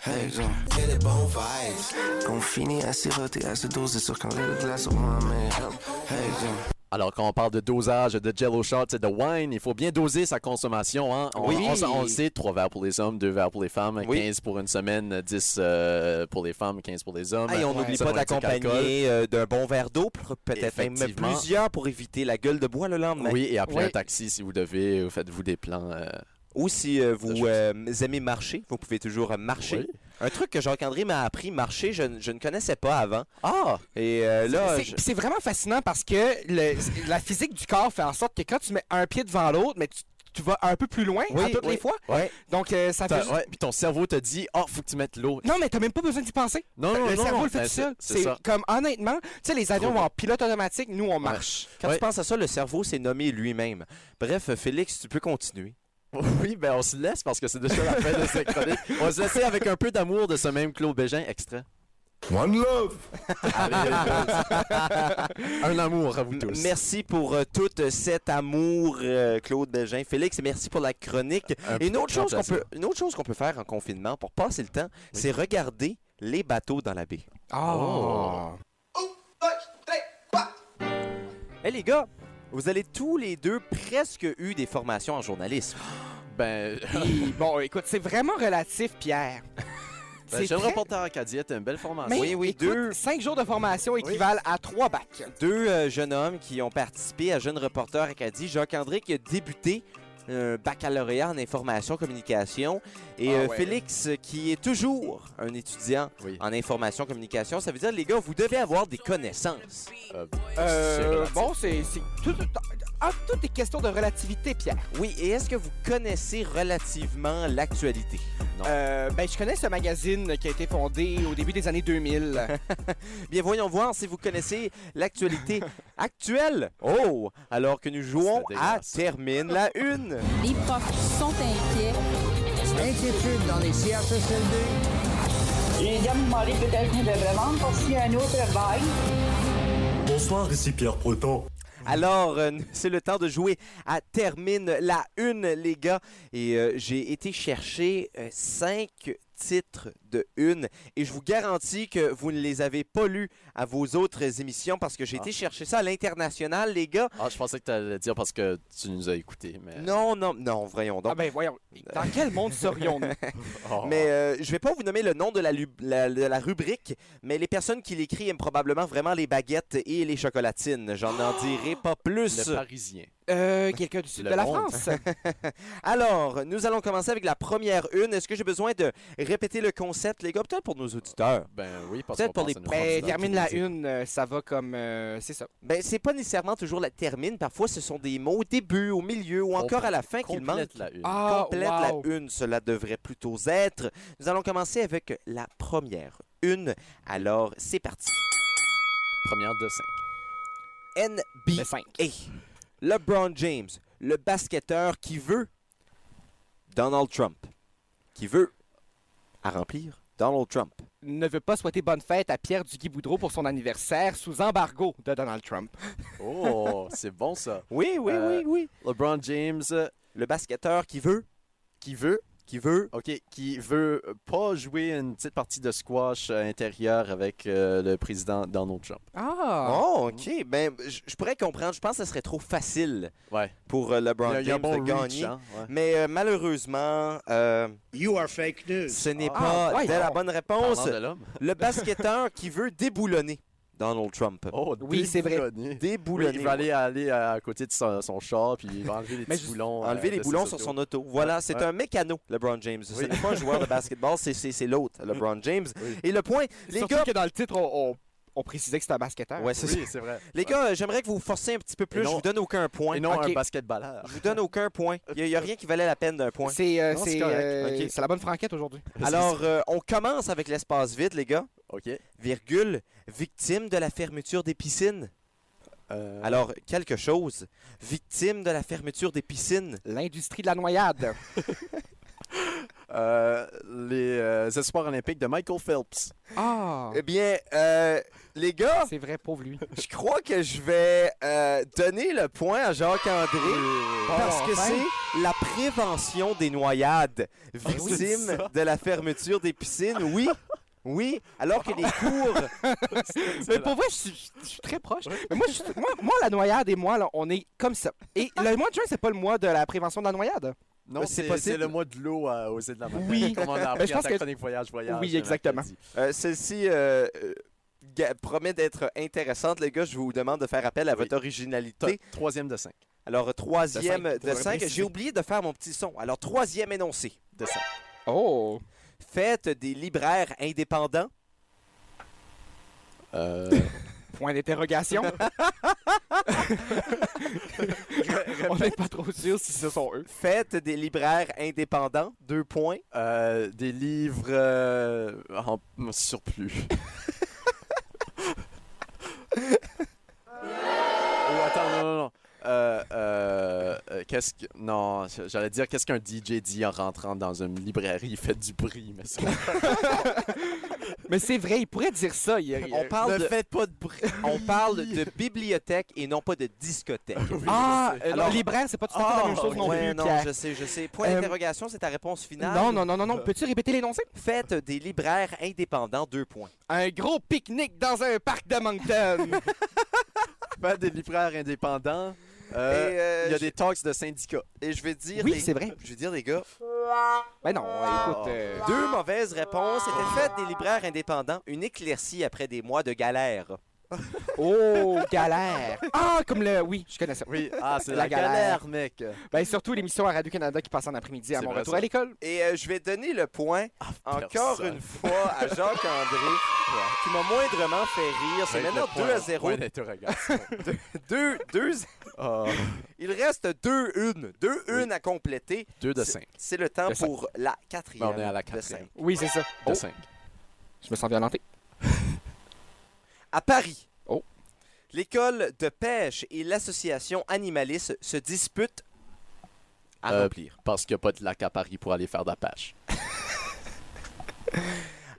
H: Hey, genre, que des bons vibes. Quand on finit à siroter, à se doser sur quand de glace, oh my man, help. Hey, genre.
D: Alors, quand on parle de dosage, de jello shots et de wine, il faut bien doser sa consommation. Hein? On,
A: Oui.
D: on, s- on le sait, 3 verres pour les hommes, 2 verres pour les femmes,
A: Oui.
D: 15 pour une semaine, 10 euh, pour les femmes, 15 pour les hommes.
A: Ah, et on
D: Ça
A: n'oublie
D: fait
A: pas
D: un petit alcool.
A: d'accompagner euh, d'un bon verre d'eau, pour peut-être même
D: Effectivement.
A: plusieurs pour éviter la gueule de bois le lendemain.
D: Oui, et appeler
C: Oui.
D: un taxi si vous devez, ou faites-vous des plans. euh,
A: Ou si euh,
D: Ça,
A: vous
D: je-
A: euh, aimez marcher, vous pouvez toujours euh, marcher.
D: oui.
A: Un truc que Jacques-André m'a appris, marcher, je, ne- je ne connaissais pas avant.
D: Ah!
A: Et euh, là,
C: C'est-
A: je-
C: puis C'est vraiment fascinant parce que le- la physique du corps fait en sorte que quand tu mets un pied devant l'autre, mais tu, tu vas un peu plus loin
A: Oui,
C: à toutes
A: oui.
C: les fois.
A: Ouais.
C: Donc euh, ça fait.
D: T'as-
C: juste-
D: ouais, puis ton cerveau te dit, oh, faut que tu mettes l'eau.
C: Non, mais t'as même pas besoin d'y penser.
D: Non, non,
C: le
D: non,
C: cerveau
D: non.
C: le fait
D: Ben,
C: tout
D: c'est-
C: seul.
D: C'est ça.
C: C'est comme honnêtement, tu sais, les avions
D: Trop
C: vont en pilote automatique, nous on marche.
A: quand
D: ouais.
A: tu penses à ça, le cerveau s'est nommé lui-même. Bref, euh, Félix, tu peux continuer.
D: Oui, ben on se laisse parce que c'est déjà la fin de cette
C: *laughs*
D: chronique. On va se laisser avec un peu d'amour de ce même Claude Bégin extrait.
H: One love!
D: Allez, les boys. un amour à vous tous.
A: Merci pour euh, tout euh, cet amour, euh, Claude Bégin. Félix, merci pour la chronique.
D: Un
A: Et une autre,
D: grand
A: chose qu'on
D: plaisir.
A: peut, une autre chose qu'on peut faire en confinement pour passer le temps, c'est regarder les bateaux dans la baie.
C: Ah,
D: Oh.
A: Eh les gars, vous allez tous les deux presque eu des formations en journalisme.
D: Ben,
C: Puis, bon, écoute, c'est vraiment relatif, Pierre.
D: ben
C: *laughs* C'est
D: jeune
C: très-
D: reporter Acadie, t'as une belle formation.
C: Mais
A: Oui, oui,
C: écoute,
A: deux.
C: cinq jours de formation équivalent à trois bacs.
A: Deux euh, jeunes hommes qui ont participé à Jeune Reporter Acadie. Jacques-André qui a débuté un baccalauréat en information communication et
C: Ah
A: euh,
C: ouais.
A: Félix euh, qui est toujours un étudiant
D: Oui.
A: en information communication. Ça veut dire, les gars, vous devez avoir des connaissances.
D: Euh, c'est
C: Euh,
D: relatif.
C: bon, c'est c'est tout, tout, ah, tout est question de relativité, Pierre.
A: Oui, et est-ce que vous connaissez relativement l'actualité?
C: Euh, ben, je connais ce magazine qui a été fondé au début des années *laughs* 2000.
A: Bien, voyons voir si vous connaissez
D: *laughs*
A: l'actualité actuelle. Oh! Alors que nous jouons
D: C'est
A: à
D: dégueulasse.
A: Termine la Une.
I: Les profs sont inquiets.
G: Inquiétude dans les CHSLD.
I: J'ai dit à mon mari, peut-être qu'il devrait vraiment poursuivre un autre travail.
J: Bonsoir, ici Pierre Proton.
A: Alors, euh, c'est le temps de jouer à Termine la Une, les gars. Et euh, j'ai été chercher euh, cinq titres de une et je vous garantis que vous ne les avez pas lus à vos autres émissions parce que j'ai
D: Ah.
A: été chercher ça à l'international, les gars.
D: Ah, je pensais que t'allais dire parce que tu nous as écoutés, mais...
A: Non, non, non, voyons donc.
C: ah ben voyons, dans quel monde serions-nous?
D: Oh.
A: Mais euh, je vais pas vous nommer le nom de la, lu- la- de la rubrique, mais les personnes qui l'écrivent aiment probablement vraiment les baguettes et les chocolatines. J'en en dirai pas plus.
D: *gasps* Le Parisien.
C: Euh, quelqu'un du sud
D: Le
C: de la
D: monde.
C: France.
A: Alors, nous allons commencer avec la première une. Est-ce que j'ai besoin de répéter le concept, les gars, peut-être pour nos auditeurs?
D: Ben oui, parce
A: Peut-être
D: qu'on
A: pour
D: pense
A: les
C: ben,
D: à nos candidats
C: termine
D: qui
C: la
D: nous écoutent.
C: une, euh, ça va comme... euh, c'est ça.
A: Ben, c'est pas nécessairement toujours la termine. Parfois, ce sont des mots au début, au milieu ou encore à la fin qu'il manque.
D: Complète la une.
C: Ah,
A: Complète
C: wow.
A: la une, cela devrait plutôt être. Nous allons commencer avec la première une. Alors, c'est parti.
D: Première de cinq.
C: Le
A: NBA.
C: Ben, cinq.
A: LeBron James, le basketteur qui veut Donald Trump. Qui veut à remplir Donald Trump.
C: Ne veut pas souhaiter bonne fête à Pierre Duguay-Boudreau pour son anniversaire sous embargo de Donald Trump.
D: Oh, *laughs* c'est bon ça.
A: Oui, oui,
D: Euh,
A: oui, oui.
D: LeBron James, euh,
A: Le basketteur qui veut,
D: qui veut
A: qui veut.
D: OK, qui veut pas jouer une petite partie de squash euh, intérieure avec euh, le président Donald Trump.
C: Ah!
A: Oh, OK. Ben, je je pourrais comprendre. Je pense que ce serait trop facile
D: Ouais.
A: pour euh, LeBron
D: Il y a-
A: James
D: il y a un bon
A: de
D: reach,
A: gagner.
D: hein, ouais.
A: Mais euh, malheureusement, euh,
J: You are fake news.
A: ce n'est
C: Ah,
A: pas
C: voyons.
A: de la bonne réponse.
D: Parlant de l'homme.
A: Le basketteur qui veut déboulonner Donald Trump.
D: Oh,
C: Oui, c'est vrai.
D: déboulonné. Oui,
A: Déboulonner.
D: il va aller, aller à à côté de son, son char, puis il va enlever les
C: Mais
D: petits
C: juste
D: boulons. euh,
A: Enlever les
D: de ses
A: boulons sur
D: autos.
A: son auto. Voilà, c'est
D: Ouais.
A: un mécano, LeBron James. Ce
D: Oui.
A: n'est pas un joueur de basketball, c'est- c'est c'est l'autre, LeBron James.
D: Oui.
A: Et le point, les
C: Surtout
A: gars...
C: que dans le titre, on, on- on précisait que c'était un basketteur.
A: Ouais, *laughs* c'est ça.
D: Oui, c'est vrai.
A: Les gars, j'aimerais que vous vous forciez un petit peu plus.
D: Et non-
A: je vous donne aucun point.
D: Et non
A: Ok.
D: un
A: *laughs*
D: basketballeur.
A: Je vous donne aucun point. Il n'y a, rien qui valait la peine d'un point.
C: C'est euh,
D: Non,
C: c'est,
D: c'est correct.
C: euh,
D: Ok.
C: c'est la bonne franquette aujourd'hui.
A: Alors, euh, on commence avec l'espace vide, les gars.
D: OK.
A: Virgule, victime de la fermeture des piscines.
D: Euh,
A: Alors, quelque chose. Victime de la fermeture des piscines.
C: L'industrie de la noyade.
D: euh, les euh, espoirs olympiques de Michael Phelps.
C: Ah!
A: Eh bien, euh, les gars, *laughs*
C: C'est vrai, pauvre lui.
A: je crois que je vais euh, donner le point à Jacques-André. Parce que
C: enfin.
A: c'est la prévention des noyades,
D: oui, c'est
A: victime
D: ça.
A: de la fermeture des piscines. Oui, Oui, alors que les cours.
C: *laughs* Mais pour vrai, je suis, je suis très proche. Mais moi, je suis- moi, moi, la noyade et moi, là, on est comme ça. Et le mois de juin, c'est pas le mois de la prévention de la noyade.
D: Non, Euh, c'est c'est le mois de l'eau à- aux îles de la Madeleine.
C: Oui.
D: comme on l'a
C: Ben,
D: appris
C: *laughs* je
D: à
C: pense
D: ta
C: que-
D: chronique Voyage Voyage.
C: Oui,
D: euh,
C: exactement.
D: mercredi.
A: Euh, Celle-ci euh, euh, ga- promet d'être intéressante, les gars. Je vous demande de faire appel à votre originalité.
D: Troisième de cinq.
A: Alors, troisième
D: De cinq.
A: de
D: Faudrait
A: cinq.
D: préciser.
A: J'ai oublié de faire mon petit son. Alors, troisième énoncé.
D: De cinq.
C: Oh!
A: Faites des libraires indépendants.
C: Point *laughs* d'interrogation. on n'est pas trop sûr si ce sont eux.
A: Faites des libraires indépendants. Deux points.
D: Euh, des livres euh, en surplus. *laughs* oh, attends, non, non, non. Euh, euh, euh, qu'est-ce que. Non, j'allais dire qu'est-ce qu'un DJ dit en rentrant dans une librairie, il fait du bruit,
A: *laughs*
D: mais ça.
C: Mais c'est vrai, il pourrait dire ça. il- il-
A: On parle
D: Ne
A: de...
D: faites pas de bruit.
A: *laughs* On parle de bibliothèque et non pas de discothèque.
C: Ah,
A: je sais.
C: euh,
A: Alors-
C: libraire, c'est pas tout à fait la même chose non
A: Ah, ouais,
C: plus,
A: non,
C: Pierre.
A: je sais, je sais. Point
C: Euh,
A: d'interrogation, c'est ta réponse finale.
C: Non, non, non, non, non. Peux-tu répéter l'énoncé?
A: Faites des libraires indépendants, deux points.
C: Un gros pique-nique dans un parc de
A: *laughs*
C: Moncton.
A: Ben,
D: Pas des libraires indépendants.
A: Et, euh,
D: Euh, il y a
A: je-
D: des taxes de syndicats.
A: Et je vais dire.
C: Oui,
A: les-
C: c'est vrai.
A: Je vais dire, les gars,
C: ben non,
A: Ah.
C: ouais, écoute. euh,
A: deux mauvaises réponses. C'était faites des libraires indépendants, une éclaircie après des mois de galère.
C: Oh, galère. Ah, comme le. Oui, je connais ça.
D: Oui, ah, c'est
C: La
D: la,
C: galère.
D: galère. mec.
C: Ben surtout l'émission à Radio-Canada qui passe en après-midi à
D: C'est
C: mon
D: vrai,
C: retour
D: ça.
C: à l'école.
A: Et euh, je vais donner le point encore
D: personne.
A: une fois à Jacques-André, qui m'a moindrement fait rire. C'est maintenant 2 à 0.
D: Point d'interrogation.
A: 2, 2,
D: Ah,
A: il reste 2-1. 2-1 à compléter.
D: deux de
A: C'est-
D: cinq.
A: C'est le temps
D: De cinq.
A: pour la
D: Mais
A: quatrième.
D: on est à la
A: de
D: quatrième.
A: cinq.
C: Oui, c'est ça.
D: De
C: Oh,
D: cinq.
C: je me sens violenté.
A: À Paris,
C: Oh.
A: l'école de pêche et l'association animaliste se disputent à
D: Euh,
A: remplir.
D: Parce qu'il n'y a pas de lac à Paris pour aller faire de
A: *laughs*
D: la pêche.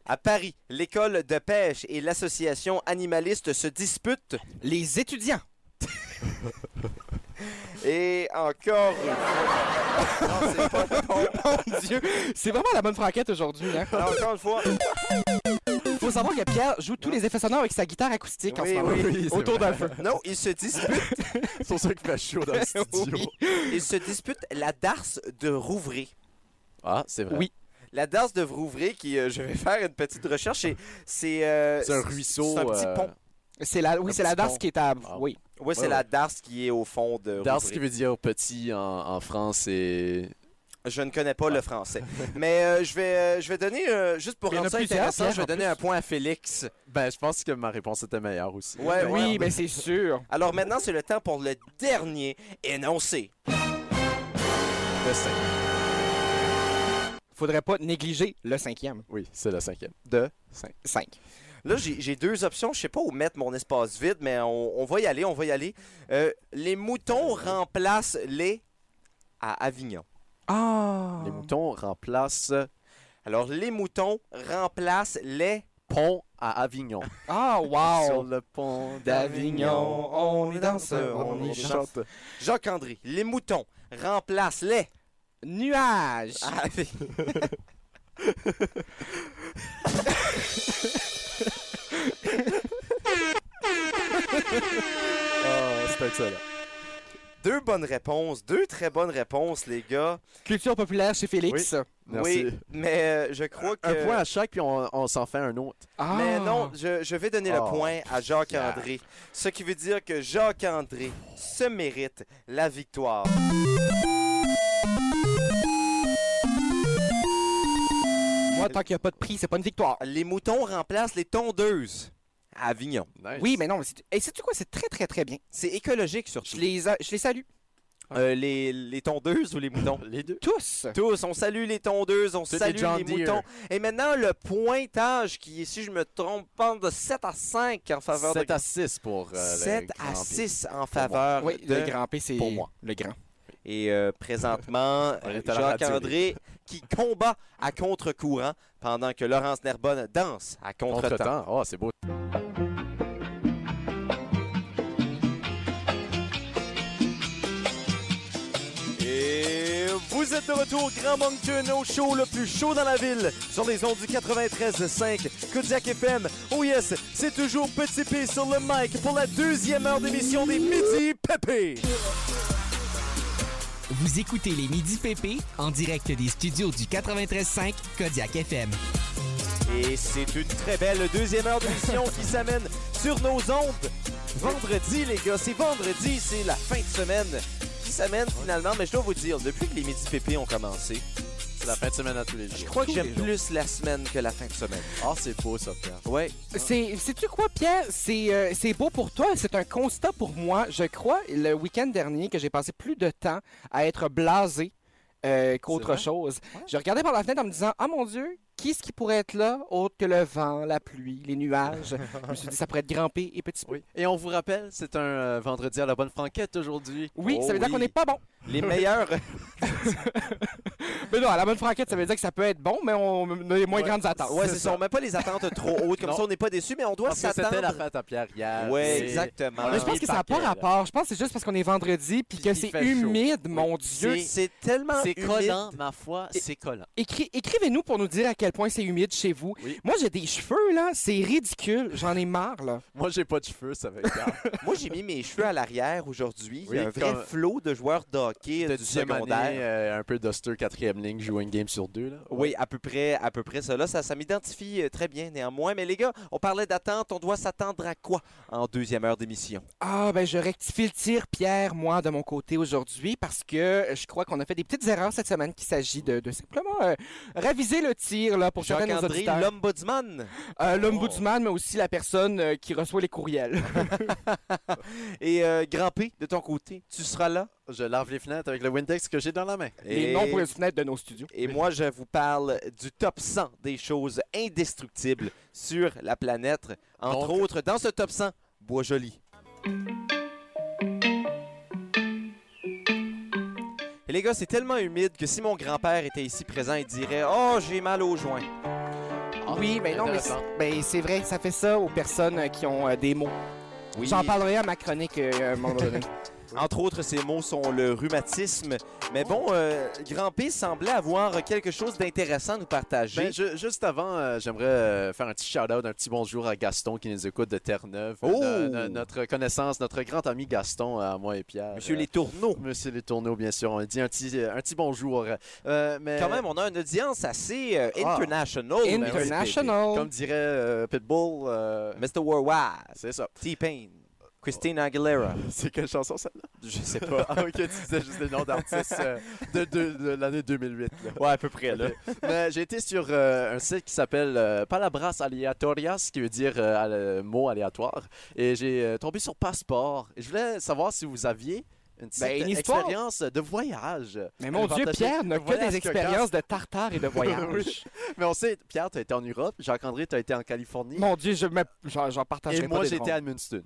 A: À Paris, l'école de pêche et l'association animaliste se disputent
C: Les étudiants. *laughs*
A: et encore une fois. Non, c'est pas bon.
C: Mon Dieu, c'est vraiment la bonne franquette aujourd'hui. Hein?
A: Alors, encore une fois.
C: Faut savoir que Pierre joue tous les effets sonores avec sa guitare acoustique en
A: Oui,
C: ce moment.
A: oui, oui, c'est
C: autour d'un feu.
A: Non, ils se disputent.
D: C'est pour ça qu'il fait chaud *laughs* dans le studio.
A: Ils se disputent la darse de Rouvray.
D: Ah, c'est vrai.
C: Oui.
A: La darse de Rouvray, qui euh, je vais faire une petite recherche, c'est c'est euh,
D: C'est un ruisseau.
A: c'est un petit
D: euh,
A: pont.
C: C'est la, oui,
D: Un
C: c'est la
D: petit
C: danse
D: pont.
C: qui est à.
D: Ah.
C: Oui.
A: Oui, c'est
D: Ouais,
A: la
D: ouais.
A: darse qui est au fond de
D: Dans ce
A: Rouvray.
D: qui veut dire petit en, en France et.
A: Je ne connais pas le
D: *laughs*
A: français. Mais euh, je vais euh, je vais donner euh, juste pour
C: Mais il y en
A: rendre ça
C: a plusieurs,
A: intéressant,
C: Pierre,
A: je vais
C: en
A: donner
C: plus.
A: un point à Félix.
D: Ben, je pense que ma réponse était meilleure aussi.
A: Ouais,
C: oui,
A: ouais.
C: mais c'est sûr.
A: Alors maintenant, c'est le temps pour le dernier énoncé.
D: Le cinq.
C: Faudrait pas négliger le cinquième.
D: Oui, c'est le cinquième. De.
C: Cinq.
A: Là, j'ai j'ai deux options. Je sais pas où mettre mon espace vide, mais on, on va y aller, on va y aller. Euh, les moutons remplacent les à Avignon.
C: Ah.
D: Les moutons remplacent
A: Alors, les moutons remplacent les...
D: pont à Avignon.
C: Ah,
D: Sur
A: Oh.
C: wow.
D: le pont d'Avignon.
A: d'Avignon, on y danse, on y chante. Jacques-André, les moutons remplacent les...
C: Nuage.
A: à Avignon.
D: Ah, c'est excellent.
A: Deux bonnes réponses, deux très bonnes réponses, les gars.
C: Culture populaire chez Félix.
D: Merci.
A: Oui, mais euh, je crois que...
D: Un point à chaque, puis on, on s'en fait un autre.
C: Ah.
A: Mais non, je, je vais donner le
D: Oh.
A: point à Jacques-André. Ce qui veut dire que Jacques-André se mérite la victoire.
C: Moi, tant qu'il n'y a pas de prix, c'est pas une victoire.
A: Les moutons remplacent les tondeuses à Avignon.
D: Nice.
C: Oui, mais non, mais c'est. Et sais-tu quoi? C'est très, très, très bien.
A: C'est écologique
C: Je
A: surtout.
C: les, a- je les salue.
A: Euh, les, les tondeuses ou les moutons?
D: Les deux.
C: Tous.
A: Tous, on salue les tondeuses, on
D: Tous les
A: salue
D: John
A: les
D: Deere.
A: moutons. Et maintenant, le pointage qui est, si je me trompe pas, de 7 à 5 en faveur
D: 7
A: de...
D: à 6 pour. euh, le
A: 7 à
D: Grand Prix.
A: 6 en faveur
C: Oui,
A: de...
C: le grand P, c'est.
D: pour moi.
C: Le grand.
A: Et euh, présentement,
D: *laughs* On est à la radio.
A: Jacques-André qui combat à contre-courant pendant que Laurence Nerbonne danse à contre-temps.
D: Contre-temps. Oh, c'est beau.
A: Et vous êtes
K: êtes de retour, Grand Moncton, au show le plus chaud dans la ville, sur les ondes du 93.5 Kodiak FM. Oh yes, c'est toujours Petit P sur le mic pour la deuxième heure d'émission des Midi Pépé.
B: Vous écoutez les Midi PP en direct des studios du 93.5 Kodiak FM.
A: Et c'est une très belle deuxième heure d'émission qui s'amène sur nos ondes. Vendredi, les gars, c'est vendredi, c'est la fin de semaine qui s'amène finalement. Mais je dois vous dire, depuis que les midi pépés ont commencé,
D: C'est la fin de semaine à tous les jours.
A: je crois que j'aime plus la semaine que la fin de semaine.
D: Ah, c'est beau ça, Pierre.
A: Ouais.
C: C'est, sais-tu quoi, Pierre? C'est, euh, c'est beau pour toi, c'est un constat pour moi. Je crois, le week-end dernier, que j'ai passé plus de temps à être blasé euh,
D: C'est
C: qu'autre
D: vrai?
C: chose. Je regardais par la fenêtre en me disant, ah mon Dieu, qui est-ce qui pourrait être là autre que le vent, la pluie, les nuages? Je me suis dit, ça pourrait être grimpé et petit peu.
D: Oui. Et on vous rappelle, c'est un euh, vendredi à la bonne franquette aujourd'hui.
C: Oui, ça veut dire qu'on n'est pas bon.
A: Les
D: *laughs*
A: meilleurs.
C: Mais non, à la bonne franquette, ça veut dire que ça peut être bon, mais on a les moins
A: Ouais,
C: grandes attentes.
A: Ouais, c'est ça. On met pas les attentes trop hautes, comme
D: Non.
A: ça on n'est pas déçu, mais on doit
D: Parce que c'était la
A: s'attendre.
D: fête à Pierre hier.
A: Ouais,
D: C'est-
A: exactement.
D: on
C: Mais
D: a
C: je
D: mis
C: pense
D: le
C: que ça n'a
D: paquet,
C: pas
D: là.
C: rapport. Je pense que c'est juste parce qu'on est vendredi puis que
D: il
C: c'est
D: fait chaud.
C: humide, mon Dieu.
A: C'est- C'est tellement
D: C'est
A: humide.
D: collant, ma foi, c'est collant.
C: Écri- Écrivez-nous pour nous dire à quel point c'est humide chez vous.
D: Oui.
C: Moi, j'ai des cheveux, là. C'est ridicule. J'en ai marre, là.
D: Moi, j'ai pas de cheveux,
A: *laughs*
D: ça va être grave.
A: Moi, j'ai mis mes cheveux à l'arrière aujourd'hui. Il
D: Oui,
A: y a un vrai
D: comme-
A: flot de joueurs de hockey
D: De
A: du
D: dixième année,
A: secondaire.
D: euh, un peu d'Oster, quatrième ligne, jouer une game sur deux. Là.
A: Oui, à peu près, à peu près cela. Ça, ça m'identifie euh, très bien néanmoins. Mais les gars, on parlait d'attente. On doit s'attendre à quoi en deuxième heure d'émission?
C: Ah, ben, je rectifie le tir, Pierre, moi, de mon côté aujourd'hui, parce que euh, je crois qu'on a fait des petites erreurs cette semaine, qu'il s'agit de, de simplement euh, raviser le tir, là, pour certains de nos
A: Jacques-André, Oh.
C: auditeurs.
A: l'ombudsman.
C: Euh, L'ombudsman, mais aussi la personne euh, qui reçoit les courriels. *laughs*
A: Et euh, Grand P, de ton côté, tu seras là.
D: Je lave les fenêtres avec le Windex que j'ai dans la main.
C: Les
A: Et-
C: noms pour les fenêtres de nos studios.
A: Et moi, je vous parle du top 100 des choses indestructibles sur la planète. Entre
D: Donc-
A: autres, dans ce top 100, Bois Joli. Et les gars, c'est tellement humide que si mon grand-père était ici présent, il dirait Oh, j'ai mal aux joints. Ah,
C: oui, mais non, mais
D: intéressant.
C: c'est- ben, c'est vrai, ça fait ça aux personnes euh, qui ont euh, des mots.
A: Oui. Ben
C: J'en parlerai à ma chronique euh, à
A: *laughs*
C: un moment donné.
A: Entre autres, ces mots sont le rhumatisme. Mais bon, euh, Grand P semblait avoir quelque chose d'intéressant à nous partager.
D: Ben, je- juste avant, euh, j'aimerais euh, faire un petit shout-out, un petit bonjour à Gaston qui nous écoute de Terre-Neuve.
A: Oh!
D: No- no- notre connaissance, notre grand ami Gaston, à moi et Pierre.
A: Monsieur
D: Euh,
A: Les Tourneaux.
D: Monsieur Les Tourneaux, bien sûr. On dit un petit, un petit bonjour. Euh, mais...
A: Quand même, on a une audience assez euh,
D: Ah.
A: international.
D: Ben oui,
C: International.
D: Comme dirait euh, Pitbull, euh,
A: Mr. Worldwide, *laughs*
D: c'est ça.
A: T-Pain, Christina Aguilera.
D: C'est quelle chanson celle-là?
A: Je sais *laughs* pas.
D: Ah, ok, tu disais juste les noms d'artistes euh, de, de- de l'année 2008. là.
A: Ouais, à peu près, là.
D: Mais j'ai été sur euh, un site qui s'appelle euh, Palabras Aleatorias, qui veut dire euh, al- euh, mot aléatoire. Et j'ai euh, tombé sur passeport. Et je voulais savoir si vous aviez une petite
C: Ben, une histoire.
D: expérience de voyage.
C: Mais mon
D: Je vais
C: Dieu,
D: partager
C: Pierre n'a
D: un
C: que
D: voyage
C: des expériences de tartare et de voyage.
D: Mais on sait, Pierre, tu as été en Europe, Jacques-André, tu as été en Californie.
C: mon Dieu, je me- j'en j'en partagerai
D: Et moi,
C: pas des
D: j'étais
C: drôles.
D: à Edmundston.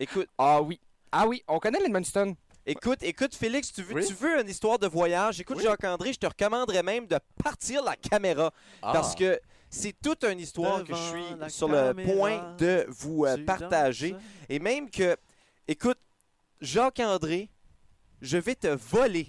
A: Écoute,
C: Ah oui. Ah oui, on connaît l'Edmundston.
A: écoute, écoute, Félix, tu veux,
D: Oui?
A: tu veux une histoire de voyage? Écoute,
D: Oui.
A: Jacques-André, je te recommanderais même de partir la caméra
C: Ah.
A: parce que c'est toute une histoire que je
D: Devant la
A: suis sur le
D: caméra,
A: point de vous euh, partager. Et même que, écoute, Jacques-André, je vais te voler.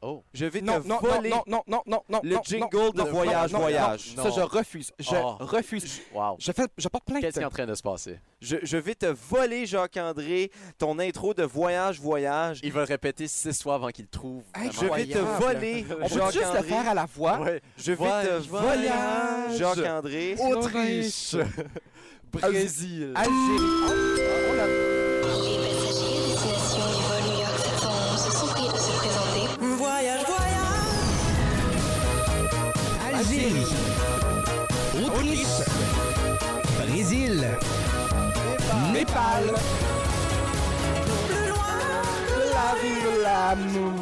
D: Oh.
A: Je vais
C: Non,
A: te
C: non, non,
A: voler
C: non, non, non, non, non.
A: le
C: non,
A: jingle
C: non,
A: de
C: non,
A: voyage,
C: non, non,
A: voyage.
C: non. Ça, je refuse. Je
D: Oh.
C: refuse.
D: Wow.
C: Je, fais, je porte plainte.
D: Qu'est-ce qui est en train de se passer?
A: Je, je vais te voler, Jacques-André, ton intro de voyage, voyage.
D: Il va le répéter six fois avant qu'il le trouve.
C: Hey,
A: Je vais te
C: Incroyable.
A: voler,
C: On peut juste le
A: Jacques-André.
C: faire à la voix.
D: Ouais.
A: Je vais
D: Voyage,
A: te voler,
D: voyage.
A: Jacques-André.
D: Autriche, *laughs* Brésil.
C: Algérie.
L: Les passagers à destination du vol New York 711 sont priés de se présenter. Voyage, voyage!
B: Algérie. Autriche. Brésil. Népal.
C: La vive l'amour.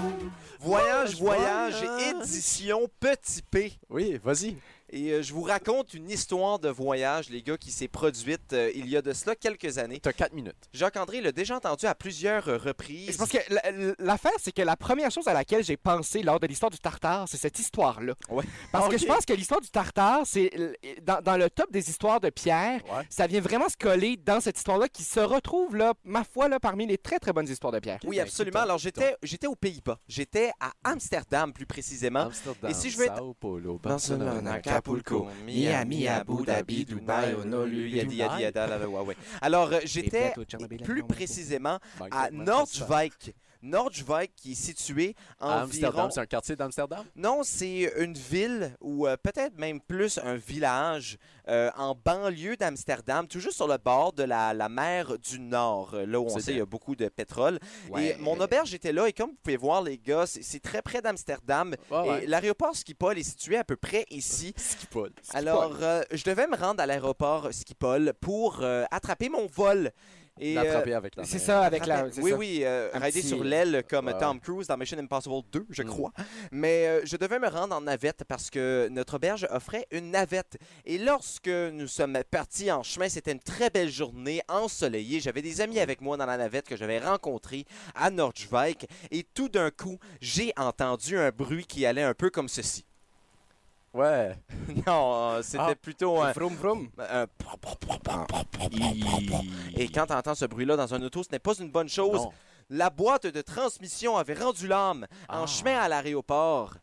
A: Voyage, voyage,
D: voyage.
A: édition Petit P.
D: Oui, vas-y.
A: Et euh, je vous raconte une histoire de voyage, les gars, qui s'est produite euh, il y a de cela quelques années.
D: T'as 4 minutes.
A: Jacques-André l'a déjà entendu à plusieurs euh, reprises.
C: Je pense que la- la- l'affaire, c'est que la première chose à laquelle j'ai pensé lors de l'histoire du tartare, c'est cette histoire-là.
A: Ouais.
C: Parce que
A: Ok.
C: je pense que l'histoire du tartare, c'est l- dans, dans le top des histoires de Pierre, ça vient vraiment se coller dans cette histoire-là qui se retrouve, là, ma foi, là, parmi les très, très bonnes histoires de Pierre.
A: Oui, absolument. Alors, j'étais, j'étais aux Pays-Bas. J'étais à Amsterdam, plus précisément.
D: Amsterdam,
A: Et si je veux être...
D: Sao Paulo,
A: Barcelone, Acapulco, Miami, Abu Dhabi, Dubaï, Honolulu, yadi, yadi, yada, la, la, la, ouais. Alors, euh, j'étais
C: plateaux de Tchernobyl,
A: plus
C: non, mais-
A: précisément
D: Mike,
A: à
D: Mike,
A: Noordwijk. Noordwijk, qui est situé en
D: À Amsterdam, c'est un quartier d'Amsterdam?
A: Non, c'est euh, une ville ou euh, peut-être même plus un village euh, en banlieue d'Amsterdam, toujours sur le bord de la, la mer du Nord, euh, là où on
D: C'est
A: sait il y
D: bien.
A: a beaucoup de pétrole.
D: Ouais.
A: Et mon auberge était là et comme vous pouvez voir les gars, c'est- c'est très près d'Amsterdam.
D: Ouais, Ah ouais.
A: Et l'aéroport Schiphol est situé à peu près ici.
D: Schiphol.
A: Alors, euh, je devais me rendre à l'aéroport Schiphol pour euh, attraper mon vol. Et, euh,
D: L'attraper avec la
A: c'est
D: main.
A: ça, avec la.
D: Attraper.
A: Oui, oui, euh,
D: Un
A: rider
D: petit-
A: sur l'aile comme
D: Ouais, ouais. Mm.
A: Tom Cruise dans Mission Impossible 2, je crois. Mais euh, je devais me rendre en navette parce que notre auberge offrait une navette. Et lorsque nous sommes partis en chemin, c'était une très belle journée ensoleillée. J'avais des amis avec moi dans la navette que j'avais rencontrés à Nordschwijk. Et tout d'un coup, j'ai entendu un bruit qui allait un peu comme ceci. *laughs*
D: Ouais.
A: Non, euh, c'était
D: Ah,
A: plutôt
D: le
A: un.
D: vroom
A: un- Et quand t'entends ce bruit-là dans un auto, ce n'est pas une bonne chose.
D: Non.
A: La boîte de transmission avait rendu l'âme en chemin à l'aéroport.
D: Ah,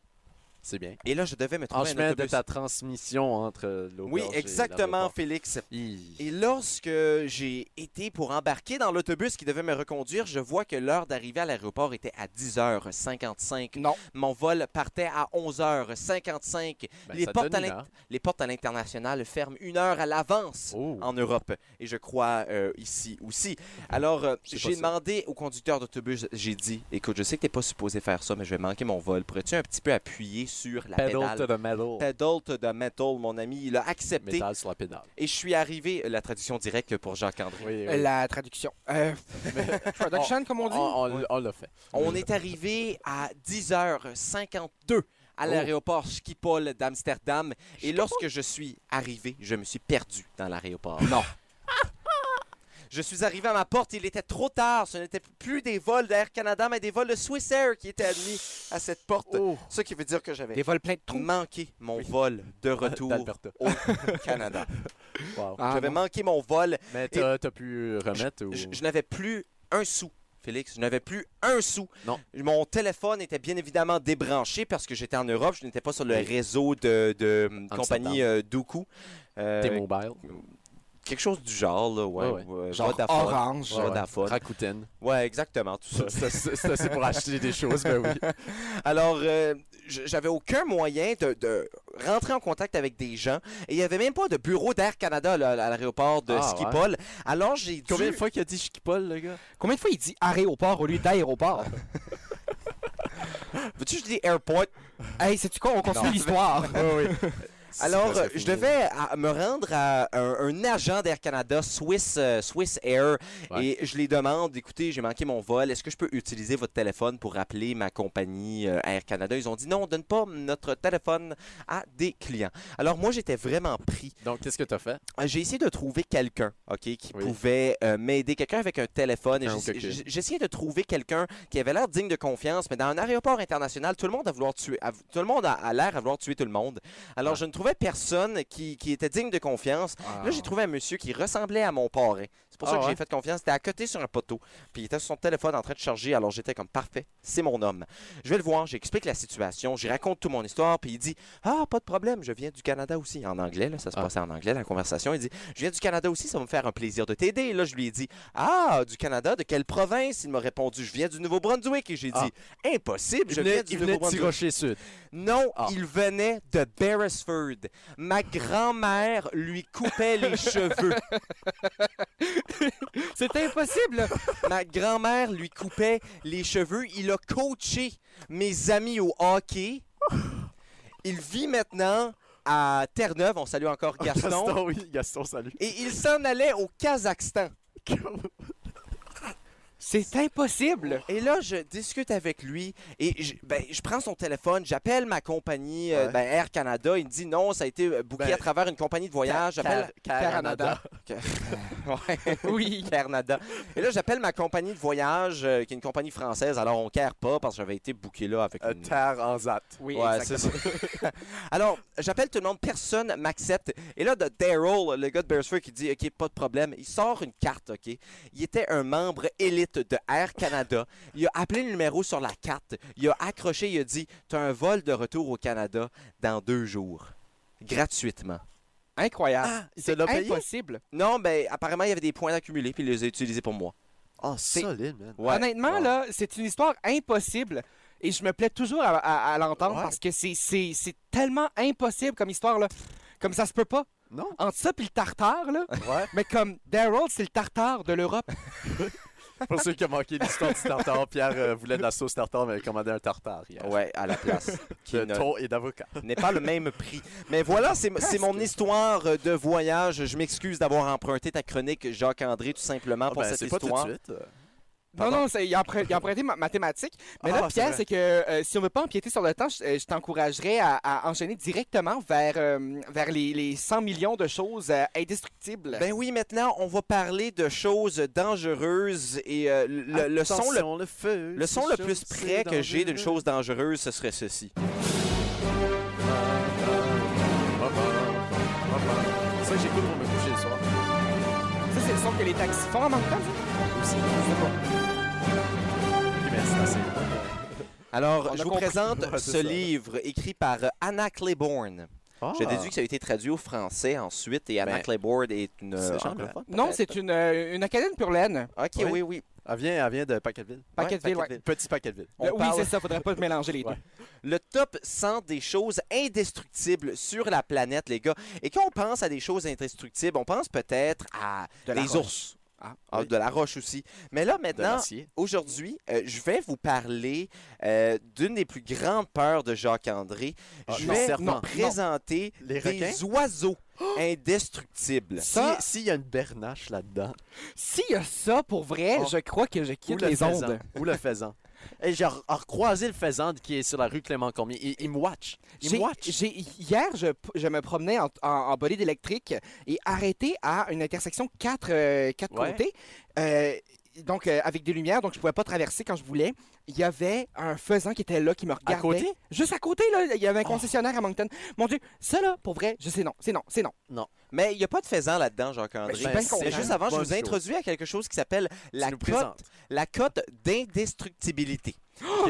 D: C'est bien.
A: Et là, je devais me trouver
D: En
A: un
D: chemin de
A: autobus.
D: ta transmission entre l'auberge
A: Oui,
D: et
A: exactement,
D: l'aéroport.
A: Félix.
D: Hi.
A: Et lorsque j'ai été pour embarquer dans l'autobus qui devait me reconduire, je vois que l'heure d'arrivée à l'aéroport était à 10h55.
C: Non.
A: Mon vol partait à 11h55.
D: Ben,
A: les,
D: ça
A: portes à
D: donne une
A: l'in-
D: heure.
A: les portes à l'international ferment une heure à l'avance
D: Oh.
A: en Europe. Et je crois euh, ici aussi. Alors, euh,
D: C'est
A: j'ai
D: possible.
A: demandé au conducteur d'autobus, j'ai dit, écoute, je sais que t'es pas supposé faire ça, mais je vais manquer mon vol. Pourrais-tu un petit peu appuyer sur la
D: Pedal
A: pédale?
D: to the metal.
A: Pedal to the metal, mon ami. Il a accepté.
D: Pédale sur la pédale.
A: Et je suis arrivé, euh, la traduction directe pour Jacques-André.
C: La traduction.
A: *laughs*
C: Euh, Traduction, comme on dit.
A: Ah,
D: On, on- on l'a fait.
A: On
D: *laughs*
A: est arrivé à 10h52 à
D: Oh.
A: l'aéroport Schiphol d'Amsterdam. Et lorsque je suis arrivé, je me suis perdu dans l'aéroport. Non. *laughs* Je suis arrivé à ma porte, il était trop tard. Ce n'était plus des vols d'Air Canada, mais des vols de Swiss Air qui étaient admis à cette porte.
D: Oh.
A: Ce qui veut dire que j'avais
C: Oh. Des vols pleins de trous.
A: manqué mon
C: *laughs*
A: vol de retour
D: d'Alberta.
A: au Canada.
D: Wow.
C: Ah,
A: j'avais manqué mon vol.
D: Mais
A: Et-
D: t'as t'as pu remettre ou...
A: je, je n'avais plus un sou, Félix. Je n'avais plus un sou. Mon téléphone était bien évidemment débranché parce que j'étais en Europe. Je n'étais pas sur le
D: Oui.
A: réseau de, de, hum,
D: Amsterdam.
A: compagnie euh, Doku. Euh,
D: T-Mobile.
A: Quelque chose du genre, là, ouais.
D: Ouais, ouais.
A: ouais,
D: Genre
A: Vodafone.
D: Orange. Ouais, ouais.
A: Vodafone.
D: Rakuten.
A: Ouais, exactement. Tout ça.
D: C'est- c'est- c'est assez pour acheter des choses, ben *laughs* oui.
A: *laughs* Alors, euh, j- j'avais aucun moyen de, de rentrer en contact avec des gens. Et il n'y avait même pas de bureau d'Air Canada là, à l'aéroport de
D: Ah,
A: Schiphol.
D: ouais.
A: Alors, j'ai dû...
D: Combien de fois qu'il a dit Schiphol, le gars?
C: Combien de fois il dit aéroport au
A: *laughs*
C: lieu d'aéroport?
A: Veux-tu que je dis airport?
C: hey, sais-tu quoi? On continue
A: Non.
C: l'histoire.
A: Oui, oui. Alors,
C: Ça,
A: euh,
C: c'est
A: je
C: fini.
A: devais à- me rendre à un, un agent d'Air Canada, Swiss, euh, Swiss Air, et je lui demande, écoutez, j'ai manqué mon vol, est-ce que je peux utiliser votre téléphone pour appeler ma compagnie euh, Air Canada? Ils ont dit, non, on donne pas notre téléphone à des clients. Alors, moi, j'étais vraiment pris.
D: Donc, qu'est-ce que t'as fait?
A: Euh, J'ai essayé de trouver quelqu'un, OK, qui pouvait euh, m'aider, quelqu'un avec un téléphone. et
D: Un
A: j'ai-
D: coquin.
A: j'ai- J'essayais de trouver quelqu'un qui avait l'air digne de confiance, mais dans un aéroport international, tout le monde a vouloir tuer, a- tout le monde a, a l'air à vouloir tuer tout le monde.
D: Ah.
A: Alors, je ne trouvais personne qui, qui était digne de confiance. Là, j'ai trouvé un monsieur qui ressemblait à mon parrain. C'est pour ça
D: Ah
A: que j'ai
D: ouais?
A: fait confiance. C'était à côté sur un poteau, puis il était sur son téléphone en train de charger. Alors, j'étais comme parfait, c'est mon homme. Je vais le voir, j'explique la situation, j'y raconte toute mon histoire, puis il dit ah pas de problème, je viens du Canada aussi en anglais. Là, ça se
D: Ah.
A: passait en anglais la conversation. Il dit je viens du Canada aussi, ça va me faire un plaisir de t'aider. Et Là, je lui ai dit ah du Canada, de quelle province Il m'a répondu je viens du Nouveau-Brunswick et j'ai dit impossible,
D: Ah. Il
A: je
D: venait-
A: viens du
D: il venait de
A: Nouveau-Brunswick.
D: Tirocher Sud.
A: Non,
C: Ah.
A: il venait de Beresford. Ma grand-mère lui coupait
C: *laughs*
A: les cheveux.
C: C'est impossible.
A: Ma grand-mère lui coupait les cheveux. Il a coaché mes amis au hockey. Il vit maintenant à Terre-Neuve. On salue
C: *laughs*
A: encore Gaston. *laughs*
D: Gaston, oui. Gaston, salut.
A: Et il s'en allait au Kazakhstan.
C: C'est impossible.
A: Et là, je discute avec lui et je, ben, je prends son téléphone, j'appelle ma compagnie euh,
C: Ouais.
A: ben, Air Canada. Il me dit non, ça a été euh, booké
C: Ben,
A: à travers une compagnie de voyage.
C: Car-
A: J'appelle
C: Car- Car Canada. *laughs*
A: *laughs* oui, Canada. Et là, j'appelle ma compagnie de voyage, euh, qui est une compagnie française. Alors, on ne care pas parce que j'avais été booké là avec
C: Euh,
A: une...
M: Terre en zat.
A: Oui, *laughs* Alors, j'appelle tout le monde, personne m'accepte. Et là, de Daryl, le gars de Beresford, qui dit OK, pas de problème, il sort une carte, OK. Il était un membre élite de Air Canada. Il a appelé le numéro sur la carte. Il a accroché, il a dit T'as un vol de retour au Canada dans deux jours. Gratuitement. Ah,
C: Incroyable.
A: C'est
C: Ah, impossible.
A: Non, ben apparemment, il y avait des points accumulés, puis il les a utilisés pour moi.
D: Ah, solide,
C: Honnêtement, là, c'est une histoire impossible. Et je me plais toujours à, à- à l'entendre parce que c'est- c'est c'est tellement impossible comme histoire, là. Comme ça se peut pas.
D: Non.
C: Entre ça puis le
A: *laughs*
C: tartare, là. Mais comme Daryl, c'est le tartare de l'Europe.
D: Pour ceux qui ont manqué l'histoire du tartare, Pierre euh, voulait de la sauce tartare, mais il a commandé un tartare hier.
A: Ouais, à la
C: *laughs*
A: place.
D: de
A: ne-
D: thon et d'avocat.
A: n'est pas le même prix. Mais voilà, c'est c'est mon histoire de voyage. Je m'excuse d'avoir emprunté ta chronique, Jacques-André, tout simplement, pour
D: ben,
A: cette
D: c'est pas tout de
A: histoire.
D: suite.
C: Non, non, c'est- il a empr- il a emprunté ma- mathématiques. Mais
A: Ah,
C: là,
A: c'est
C: Pierre,
A: vrai.
C: c'est que euh, si on veut pas empiéter sur le temps, je, euh, je t'encouragerais à, à enchaîner directement vers, euh, vers les, les 100 millions de choses euh, indestructibles.
A: Ben oui, maintenant, on va parler de choses dangereuses et euh, le, le son
D: Attention,
A: le,
D: le feu,
A: le son
D: c'est
A: le
D: chaud,
A: plus près
D: c'est
A: que j'ai d'une
D: dangereux.
A: chose dangereuse, ce serait ceci.
D: C'est ça que j'écoute pour me coucher le soir.
C: Ça, c'est le son que les taxis font en même temps, ça?
A: Alors,
C: On a
A: je vous
C: compris.
D: *laughs*
A: présente
C: Ouais,
A: ce
C: c'est ça.
A: livre écrit par euh, Anna Claiborne. Je déduis que ça a été traduit au français ensuite et Anna
D: Ah. Ben,
A: Claiborne est une.
D: c'est
A: euh,
D: genre
A: anglophone,
D: le fun,
C: Non,
A: peut-être.
C: c'est une, euh, une acadienne pure laine.
A: Ok, oui, oui.
D: Elle vient, elle vient de Paquetteville.
C: Packetteville, ouais. Euh,
D: Petit Paquetteville.
A: On
C: Ben oui,
A: parle-
C: c'est ça, faudrait pas mélanger les deux.
A: Le top 100 des choses indestructibles sur la planète, les gars. Et quand on pense à des choses indestructibles, on pense peut-être à
C: De la
A: des
C: roche.
A: ours.
C: Ah,
A: Ah,
C: oui.
A: De la roche aussi. Mais là, maintenant,
C: l'acier.
A: aujourd'hui, euh, je vais vous parler euh, d'une des plus grandes peurs de Jacques-André.
D: Ah,
A: je
D: les
A: vais vous
D: serpents.
A: présenter
D: Les
A: des
D: requins?
C: *gasps*
A: oiseaux
C: Oh!
A: indestructibles.
D: Si- S'il y a une bernache là-dedans.
C: S'il y a ça, pour vrai,
D: Oh.
C: je crois que je
D: Ou
C: quitte
D: le
C: les
D: faisan.
C: ondes.
D: Ou le faisan. Et j'ai re- recroisé le faisan qui est sur la rue Clément Cormier. Il, il me watch. Il me
C: J'ai-
D: watch.
C: j'ai- hier, je, je me promenais en, en, en bolide électrique et arrêté à une intersection quatre, euh, quatre
D: Ouais.
C: côtés. euh, donc, euh, avec des lumières, donc je pouvais pas traverser quand je voulais. Il y avait un faisan qui était là, qui me regardait.
D: côté? Ah.
C: Juste à côté, là, il y avait un concessionnaire à Moncton. Mon Dieu, ça là, pour vrai, je sais non, c'est non, c'est non.
D: Non.
A: Mais il n'y a pas de faisan là-dedans,
C: Ben,
A: Jacques-André.
C: je suis bien
A: Mais
C: content.
A: juste avant, je
C: Bonne
A: vous
C: chose.
A: introduis à quelque chose qui s'appelle la
D: nous
A: cote,
D: présentes.
A: la cote d'indestructibilité.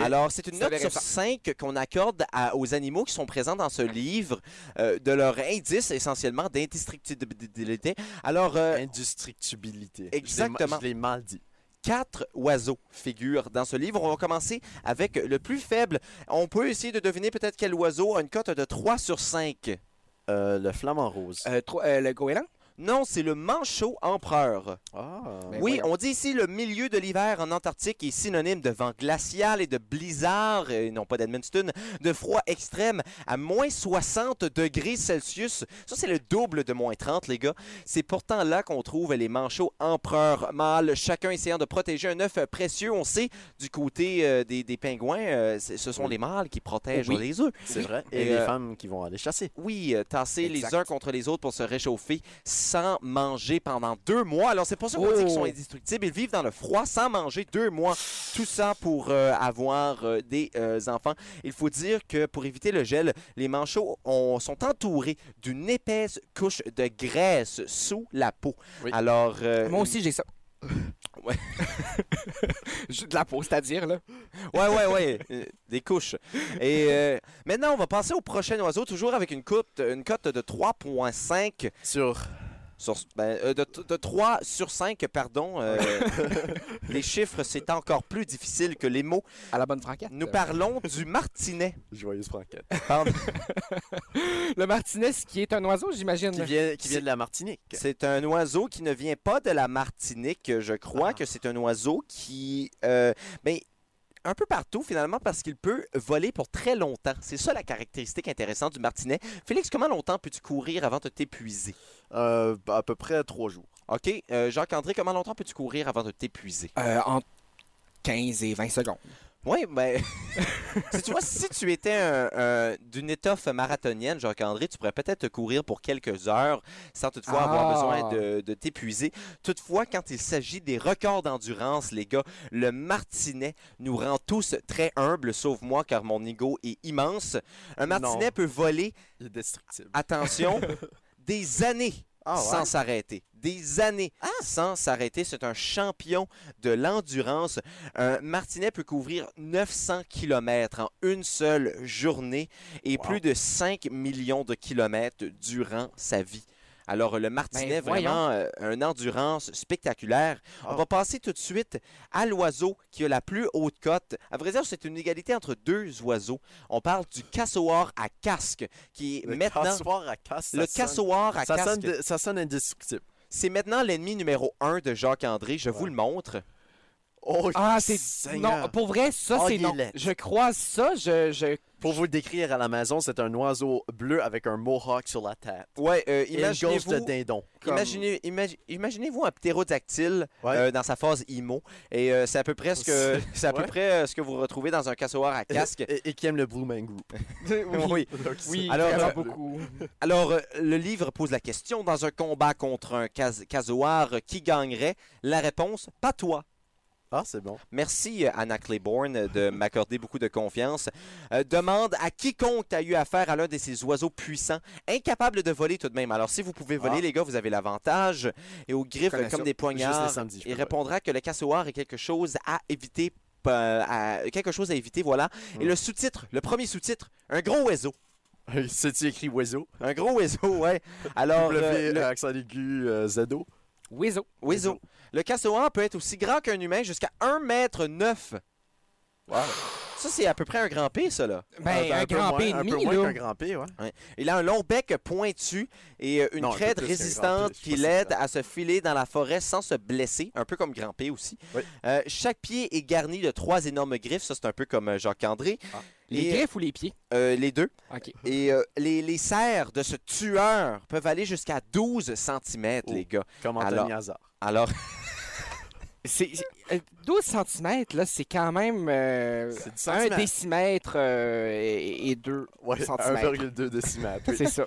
A: Alors, c'est une
D: C'est
A: note sur
D: intéressant.
A: 5 qu'on accorde à- aux animaux qui sont présents dans ce livre, euh, de leur indice essentiellement d'indestructibilité. Alors, euh,
D: Indestructibilité.
A: Exactement.
D: Je l'ai ma- je l'ai mal dit.
A: quatre oiseaux figurent dans ce livre. On va commencer avec le plus faible. On peut essayer de deviner peut-être quel oiseau a une cote de 3 sur 5.
D: euh, le flamant rose.
C: Euh, le goéland?
A: Non, c'est le manchot empereur.
D: Ben
A: oui,
D: voyons.
A: on dit ici le milieu de l'hiver en Antarctique est synonyme de vent glacial et de blizzard, et non pas d'Edmundston, de froid extrême à moins 60 degrés Celsius. Ça, c'est le double de moins 30, les gars. C'est pourtant là qu'on trouve les manchots empereurs mâles, chacun essayant de protéger un œuf précieux. On sait, du côté euh, des, des pingouins, euh, c'est- ce sont les mâles qui protègent
D: Oui.
A: les œufs.
D: C'est vrai. Et les femmes qui vont aller chasser.
A: Oui, euh, tasser les
D: Exact.
A: uns contre les autres pour se réchauffer sans manger pendant deux mois. Alors, c'est pour ça qu'on dit qu'ils sont
D: Oh.
A: indestructibles. Ils vivent dans le froid sans manger deux mois. Tout ça pour euh, avoir euh, des euh, enfants. Il faut dire que pour éviter le gel, les manchots ont- sont entourés d'une épaisse couche de graisse sous la peau. Alors, euh,
C: Moi aussi, j'ai
D: *laughs*
C: ça. *laughs*
A: Ouais.
C: Juste de la peau, c'est-à-dire, là.
A: *laughs* Ouais, ouais, ouais. euh, des couches. Et euh, maintenant, on va passer au prochain oiseau, toujours avec une cote, une cote de 3,5.
D: Sur.
A: Sur, ben, euh, de, de 3 sur 5, pardon. euh, les chiffres, c'est encore plus difficile que les mots.
C: À la bonne franquette.
A: Nous parlons du martinet.
D: Joyeuse franquette.
C: Le martinet, qui est un oiseau, j'imagine.
D: Qui vient, qui vient de la Martinique.
A: C'est un oiseau qui ne vient pas de la Martinique. Je crois
D: Ah.
A: que c'est un oiseau qui. euh, ben, un peu partout, finalement, parce qu'il peut voler pour très longtemps. C'est ça la caractéristique intéressante du martinet. Félix, comment longtemps peux-tu courir avant de t'épuiser? euh,
D: à peu près trois jours.
A: OK. Euh, Jacques-André, comment longtemps peux-tu courir avant de t'épuiser?
C: Euh, en 15 et 20 secondes.
A: Oui, mais *laughs* si tu vois, si tu étais un- un- d'une étoffe marathonienne, Jacques-André, tu pourrais peut-être te courir pour quelques heures sans toutefois avoir
C: Ah.
A: besoin de, de t'épuiser. Toutefois, quand il s'agit des records d'endurance, les gars, le martinet nous rend tous très humbles, sauf moi, car mon ego est immense. Un martinet
D: Non.
A: peut voler,
D: Il est destructible.
A: attention, des années
D: Ah ouais? Ah.
A: sans s'arrêter. Des années sans s'arrêter. C'est un champion de l'endurance. Un martinet peut couvrir 900 km en une seule journée et plus de 5 millions de kilomètres durant sa vie. Alors, le martinet,
D: Ben,
C: voyons.
A: vraiment, euh, une endurance spectaculaire.
D: Oh.
A: On va passer tout de suite à l'oiseau qui a la plus haute cote. À vrai dire, c'est une égalité entre deux oiseaux. On parle du cassoir à casque qui est
D: Le
A: maintenant...
D: cassoir à casque,
A: Le
D: ça sonne-
A: cassoir à
D: ça
A: casque.
D: sonne de- ça sonne indestructible.
A: C'est maintenant l'ennemi numéro un de Jacques-André. Je vous le montre. Oh,
C: Ah, c'est.
A: Seigneur.
C: Non, pour vrai, ça,
A: Oh,
C: c'est
A: il
C: non.
A: est laid.
C: Je croise ça, je.
D: *laughs*
C: je...
D: Pour vous le décrire à la maison, c'est un oiseau bleu avec un mohawk sur la tête.
A: Ouais, euh,
D: Et une gauche
A: imaginez-vous...
D: de dindon.
A: Imaginez, imagi- imaginez-vous un ptérodactyle euh, dans sa phase IMO. Et euh, c'est à peu près, ce *laughs* que, c'est à peu
D: Ouais.
A: près euh, ce que vous retrouvez dans un cassoir à casque. *laughs*
D: Et, et qui aime le Blue Man Group. *laughs*
A: oui.
C: Oui,
A: Alors,
C: vraiment
A: euh,
C: beaucoup.
A: Alors, euh, le livre pose la question dans un combat contre un cas- casoar, euh, qui gagnerait La réponse, pas toi.
D: Ah, c'est bon.
A: Merci, euh, Anna Claiborne, euh, de m'accorder beaucoup de confiance. Euh, demande à quiconque a eu affaire à l'un de ces oiseaux puissants, incapable de voler tout de même. Alors, si vous pouvez voler,
D: Ah.
A: les gars, vous avez l'avantage. Et aux griffes,
D: connais
A: euh, comme
D: ça.
A: des
D: Juste
A: poignards,
D: les samedis, je
A: il
D: peux pas.
A: répondra que le cassoar est quelque chose à éviter. p- euh, à- quelque chose à éviter, voilà. Et
D: Hmm.
A: le sous-titre, le premier sous-titre, un gros
D: *laughs*
A: oiseau.
D: C'est écrit oiseau.
A: Un gros oiseau, ouais. Alors,
D: *laughs* W,
A: euh, le-
D: accent aigu, euh, ZO.
C: Wizo.
A: Oiseau. Le cassoir peut être aussi grand qu'un humain jusqu'à 1m9. Ça, c'est à peu près un grand P, ça, là.
C: Ben, un
D: peu
C: grand
D: moins-
C: P et
D: Ah, un peu
C: demi,
D: moins
C: là.
D: qu'un grand P, ouais.
A: Ouais. Il a un long bec pointu et euh, une
D: Non, un peu
A: crête
D: plus qu'un grand
A: résistante
D: P, je sais
A: qui
D: pas si
A: l'aide à se filer dans la forêt sans se blesser, un peu comme Grand P aussi. Euh, chaque pied est garni de trois énormes griffes, ça c'est un peu comme euh, Jacques-André.
D: Ah.
C: Les
A: Et,
C: griffes ou les pieds?
A: euh, les deux.
C: OK.
A: Et euh, les, les serres de ce tueur peuvent aller jusqu'à 12 cm,
D: Oh.
A: les gars.
D: Comme Anthony
A: alors,
D: Hazard.
A: alors, *laughs*
C: C'est, c'est- euh, 12 cm, là, c'est quand même euh,
D: C'est 10
C: un
D: centimètres.
C: décimètre euh, et, et deux
D: Ouais,
C: centimètres.
D: 1,2 décimètres. oui.
C: C'est
D: *laughs*
C: ça.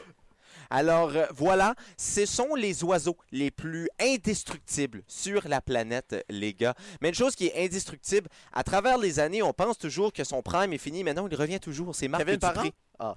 A: Alors euh, voilà, ce sont les oiseaux les plus indestructibles sur la planète, euh, les gars. Mais une chose qui est indestructible, à travers les années, on pense toujours que son prime est fini, mais non, il revient toujours. C'est Marc
D: Kevin Parent?
A: Dupré.
D: Ah.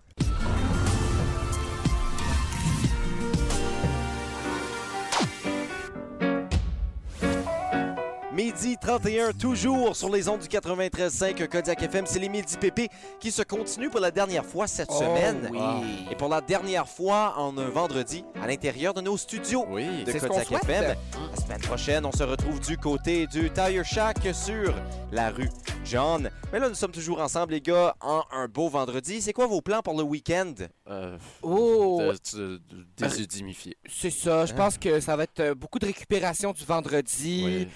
A: Midi 31, toujours sur les ondes du 93.5 Kodiak FM, c'est les Midi PP qui se continuent pour la dernière fois cette
C: Oh
A: semaine. Ah.
C: oui.
A: Et pour la dernière fois en un vendredi à l'intérieur de nos studios
D: Oui.
A: de
C: C'est ce qu'on
A: Kodiak
C: souhaite.
A: FM. La semaine prochaine, on se retrouve du côté du Tire Shack sur la rue John. Mais là, nous sommes toujours ensemble, les gars, en un beau vendredi. C'est quoi vos plans pour le week-end?
D: Euh,
C: Oh,
D: de- de- de- Déshumidifié.
C: c'est ça.
D: Ah.
C: Je pense que ça va être euh, beaucoup de récupération du vendredi.
D: Oui.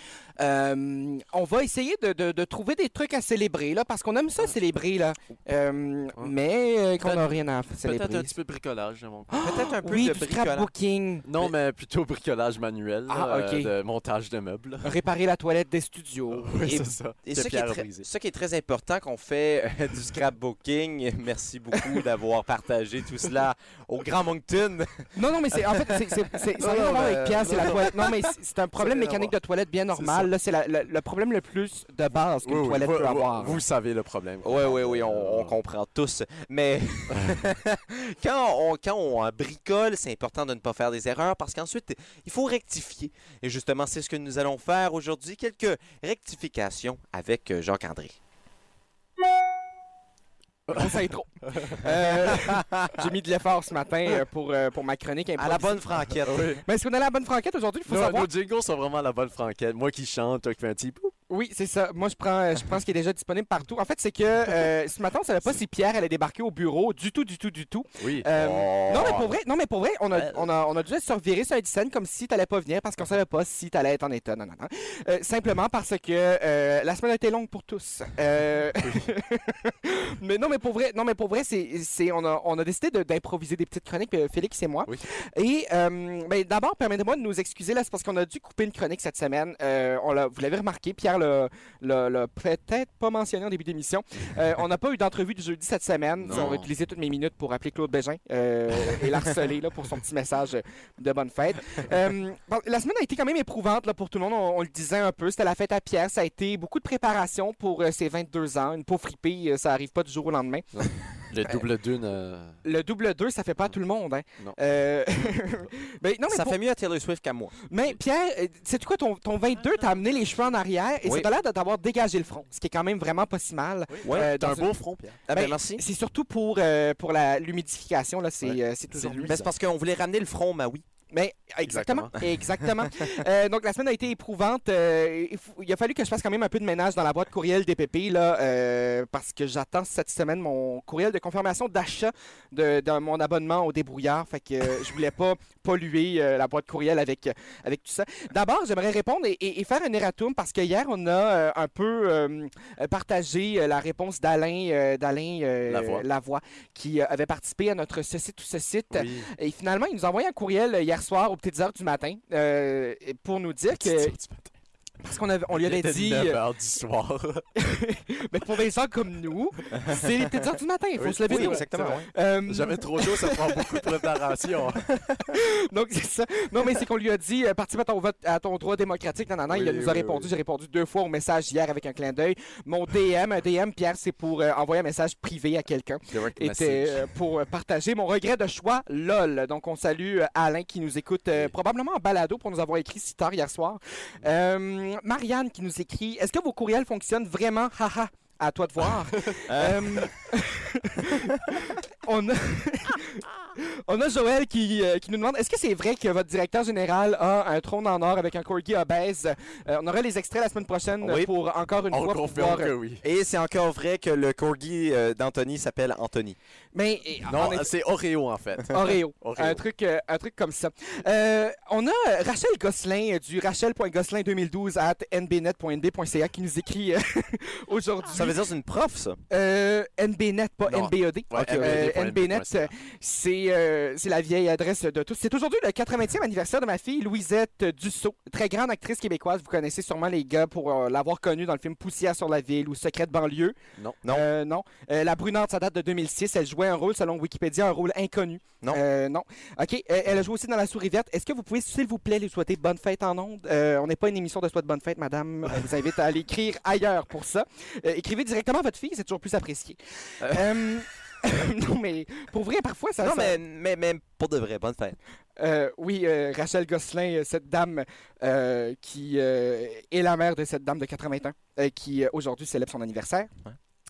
C: Euh, on va essayer de, de- de trouver des trucs à célébrer, là, parce qu'on aime ça célébrer, là. Euh, mais euh, qu'on n'a rien à
D: Peut-être
C: célébrer.
D: un petit peu de bricolage, de mon
A: Peut-être un peu
C: oui,
A: de
C: du
A: bricolage.
C: scrapbooking.
D: Non, mais plutôt bricolage manuel, là,
C: Ah, ok.
D: euh, de montage de meubles.
C: Réparer la toilette des studios.
D: Oui,
A: Et-
D: *laughs* c'est ça.
A: Et
D: De
A: ce qui, est
D: pierre
A: très,
D: brisée.
A: ce qui est très important qu'on fait euh, du scrapbooking, merci
D: *laughs*
A: beaucoup d'avoir partagé tout cela au Grand Moncton.
C: Non, non, mais c'est en fait, c'est- c'est- c'est- ça n'a
D: Non,
C: rien à
D: non,
C: voir
D: mais-
C: avec Pierre, c'est la toilette. Non, mais c'est- c'est un problème
D: rien à
C: mécanique de
D: voir.
C: toilette bien normal. là, C'est la- la- le problème le plus de base qu'une
D: Oui, oui,
C: toilette
D: vous,
C: peut
D: vous-
C: avoir. *laughs*
D: vous savez le problème.
A: Oui, oui, oui, on, on comprend tous. *laughs* Mais quand, on, quand on bricole, c'est important de ne pas faire des erreurs parce qu'ensuite, il faut rectifier. Et justement, c'est ce que nous allons faire aujourd'hui. Quelques rectifications avec euh, Jacques-André.
C: Grosse intro. Euh, *laughs* J'ai mis de l'effort ce matin euh, pour, euh, pour ma chronique
A: À la
C: improvisée.
D: *laughs*
A: bonne franquette.
C: Mais est-ce qu'on a la bonne franquette aujourd'hui? Il faut
D: Nos,
C: savoir.
D: nos jingles sont vraiment la bonne franquette. Moi qui chante, toi qui fais un petit bouf.
C: Oui, c'est ça. Moi, je prends, euh, je prends ce qui est déjà disponible partout. En fait, c'est que euh, ce matin, on ne savait pas si Pierre allait débarquer au bureau du tout, du tout, du tout.
D: Oui.
C: Euh,
D: Oh.
C: Non, mais pour vrai, non, mais pour vrai on, a, on, a, on a dû se revirer sur un scène comme si t'allais pas venir parce qu'on savait pas si t'allais être en état. Non, non, non. Euh, simplement parce que euh, la semaine a été longue pour tous. Euh, *laughs* mais non, mais pour vrai, non, mais pour vrai, c'est, c'est, on, a, on a décidé de- d'improviser des petites chroniques, euh, Félix et moi.
D: Oui.
C: Et euh, ben, d'abord, permettez-moi de nous excuser là, c'est parce qu'on a dû couper une chronique cette semaine. Euh, on l'a- vous l'avez remarqué, Pierre l'a, l'a- l'a peut-être pas mentionné en début d'émission. Euh, on n'a pas eu d'entrevue du jeudi cette semaine.
A: Non.
C: On va utiliser toutes mes minutes pour appeler Claude Bégin euh, et l'harceler là, pour son petit message de bonne fête. Euh, bon, la semaine a été quand même éprouvante là, pour tout le monde. On, on le disait un peu. C'était la fête à Pierre. Ça a été beaucoup de préparation pour euh, ses 22 ans. Une peau fripée, euh, ça arrive pas du jour au lendemain.
D: Le double dune. euh,
C: Le double 2, ça fait pas à tout le monde. Hein.
D: Non.
C: Euh, *laughs* ben, non, mais
A: Ça
C: pour-
A: fait mieux à Taylor Swift qu'à moi.
C: Mais Pierre, c'est quoi ton, ton 22, t'as amené les cheveux en arrière et
A: Oui.
C: ça a l'air de t'avoir dégagé le front, ce qui est quand même vraiment pas si mal.
A: Ouais, t'as
C: dans
A: un beau front, Pierre. Ah ben, merci.
C: C'est surtout pour, euh, pour la l'humidification, là, c'est euh, c'est toujours
A: Mais Ben, c'est parce qu'on voulait ramener le front, ben Maui.
C: Mais ah, exactement, exactement. Euh, donc la semaine a été éprouvante. Euh, il, faut- il a fallu que je fasse quand même un peu de ménage dans la boîte courriel des pépés, là, euh, parce que j'attends cette semaine mon courriel de confirmation d'achat de, de mon abonnement au débrouillard. Fait que euh, je voulais pas polluer euh, la boîte courriel avec, euh, avec tout ça. D'abord, j'aimerais répondre et, et- et faire un erratum parce que hier on a euh, un peu euh, partagé euh, la réponse d'Alain euh, d'Alain euh,
D: Lavoie.
C: Lavoie, qui euh, avait participé à notre ceci tout ceci.
D: Oui.
C: Et finalement, il nous a envoyé un courriel euh, hier soir aux petites heures du matin euh, pour nous dire que. Parce qu'on avait- on lui
D: il
C: avait
D: était
C: dit.
D: 9
C: euh,
D: heures du soir.
A: *laughs*
C: Mais pour des gens comme nous, c'est les petites heures du matin, il faut
D: Oui,
C: se lever
D: oui,
C: tôt.
D: exactement, oui.
C: Euh,
D: Jamais trop tôt, ça prend beaucoup de préparation.
C: Donc, c'est ça. Non, mais c'est qu'on lui a dit, euh, participe à ton, vote, à ton droit démocratique. Non, non, non. il
D: Oui,
C: nous a
D: oui,
C: répondu. J'ai répondu deux fois au message hier avec un clin d'œil. Mon DM, un DM, Pierre, c'est pour euh, envoyer un message privé à quelqu'un.
D: Direct
C: Était
D: message.
C: euh, pour euh, partager mon regret de choix, lol. Donc, on salue euh, Alain qui nous écoute euh, probablement en balado pour nous avoir écrit si tard hier soir. Euh, Marianne qui nous écrit Est-ce que vos courriels fonctionnent vraiment Haha, à toi
A: *laughs*
C: de voir. Euh, *laughs* on a. *laughs* On a Joël qui, euh, qui nous demande est-ce que c'est vrai que votre directeur général a un trône en or avec un corgi obèse Euh, On aura les extraits la semaine prochaine euh,
A: Oui.
C: pour encore une fois pouvoir.
D: euh,
C: euh,
A: oui. Et c'est encore vrai que le corgi euh, d'Anthony s'appelle Anthony.
C: Ah, Mais et-
A: Non,
C: en
D: euh,
C: est-
A: c'est Oreo en fait.
C: *laughs* Oreo.
A: Oreo.
C: Un, truc, euh, un truc comme ça. Euh, on a euh, Rachel Gosselin euh, du rachel.gosselin2012 at nbnet.nb.ca qui nous écrit euh, *laughs* aujourd'hui.
A: Ça veut dire c'est une prof, ça.
C: Euh, NBnet, pas
A: Non.
C: NBED.
A: Ouais, E
C: Ok, euh,
A: NBED, pas
C: NBnet, euh, c'est euh, c'est la vieille adresse de tous. C'est aujourd'hui le 80e anniversaire de ma fille Louisette Dussault, très grande actrice québécoise. Vous connaissez sûrement les gars pour euh, l'avoir connue dans le film Poussière sur la ville ou Secret de banlieue.
D: Non.
C: Non. non. Euh, la Brunante, ça date de 2006. Elle jouait un rôle, selon Wikipédia, un rôle inconnu.
A: Non.
C: non. OK. Euh, elle a joué aussi dans La Souris Verte. Est-ce que vous pouvez, s'il vous plaît, lui souhaiter bonne fête en ondes? Euh, on n'est pas une émission de souhait de bonne fête, madame. Je vous invite à aller écrire ailleurs pour ça. Euh, écrivez directement à votre fille, c'est toujours plus apprécié. Euh, *laughs* non, mais pour vrai, parfois, ça...
A: non,
C: ça-
A: mais, mais, mais pour de vrai, bonne fête.
C: euh, oui, euh, Rachel Gosselin, euh, cette dame euh, qui euh, est la mère de cette dame de 81, euh, qui euh, aujourd'hui célèbre son anniversaire.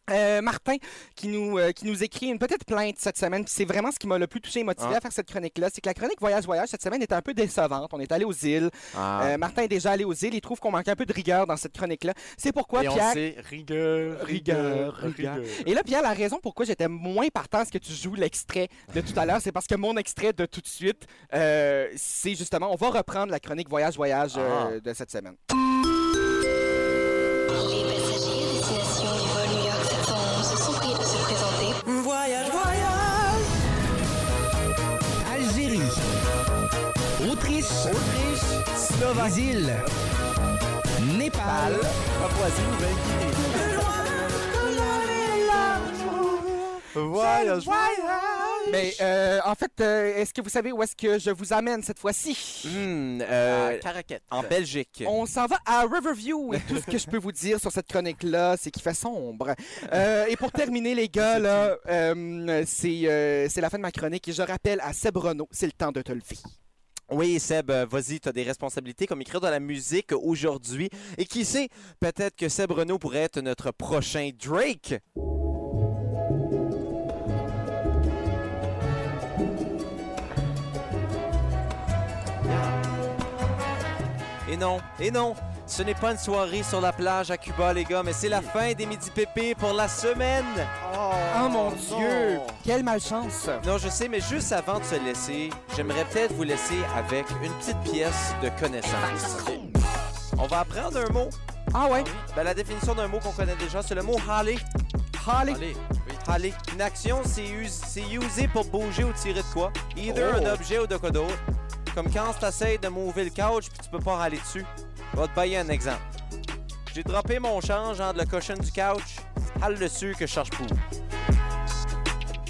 C: Euh, Martin qui nous, euh, qui nous écrit une petite plainte cette semaine, puis c'est vraiment ce qui m'a le plus touché et motivé
A: Ah.
C: à faire cette chronique-là, c'est que la chronique Voyage-Voyage cette semaine était un peu décevante. On est allé aux îles.
A: Ah.
C: Euh, Martin est déjà allé aux îles. Il trouve qu'on manque un peu de rigueur dans cette chronique-là. C'est pourquoi
D: Et on
C: Pierre...
D: sait rigueur,
C: Rigueur, rigueur. Et là, Pierre, la raison pourquoi j'étais moins partant à ce que tu joues l'extrait de tout à l'heure, c'est parce que mon extrait de tout de suite, euh, c'est justement, on va reprendre la chronique Voyage, Voyage euh, de cette semaine.
L: Les passagers à destination du vol New York 711 sont priés de se présenter. Voyage, voyage.
B: Algérie. Autriche. Autriche. Slovaquie. Les îles. Népal.
A: Voyage,
C: Mais euh, en fait, euh, est-ce que vous savez où est-ce que je vous amène cette fois-ci?
A: euh,
C: À Caraquette.
A: En Belgique.
C: On s'en va à Riverview et tout ce que je peux vous dire sur cette chronique-là, c'est qu'il fait sombre. Euh, et pour terminer, les gars, là, euh, c'est euh, c'est la fin de ma chronique et je rappelle à Seb Renaud, c'est le temps de te lever.
A: Oui, Seb, euh, vas-y, t'as des responsabilités comme écrire de la musique aujourd'hui. Et qui sait, peut-être que Seb Renault pourrait être notre prochain Drake. Et non, et non, ce n'est pas une soirée sur la plage à Cuba, les gars, mais c'est la fin des Midi Pépé pour la semaine.
C: Oh, mon Dieu! Quelle malchance!
A: Non, je sais, mais juste avant de se laisser, j'aimerais peut-être vous laisser avec une petite pièce de connaissance. On va apprendre un mot.
C: Ah ouais?
A: Ben, la définition d'un mot qu'on connaît déjà, c'est le mot haler.
C: Haler.
A: Haler. Une action, c'est us- c'est usé pour bouger ou tirer de quoi. Either
D: Oh.
A: un objet ou de quoi d'autre. Comme quand tu essaies de mouver le couch puis tu peux pas râler dessus. Je vais te bailler un exemple. J'ai droppé mon change entre le cochon du couch, halle dessus que je charge pour.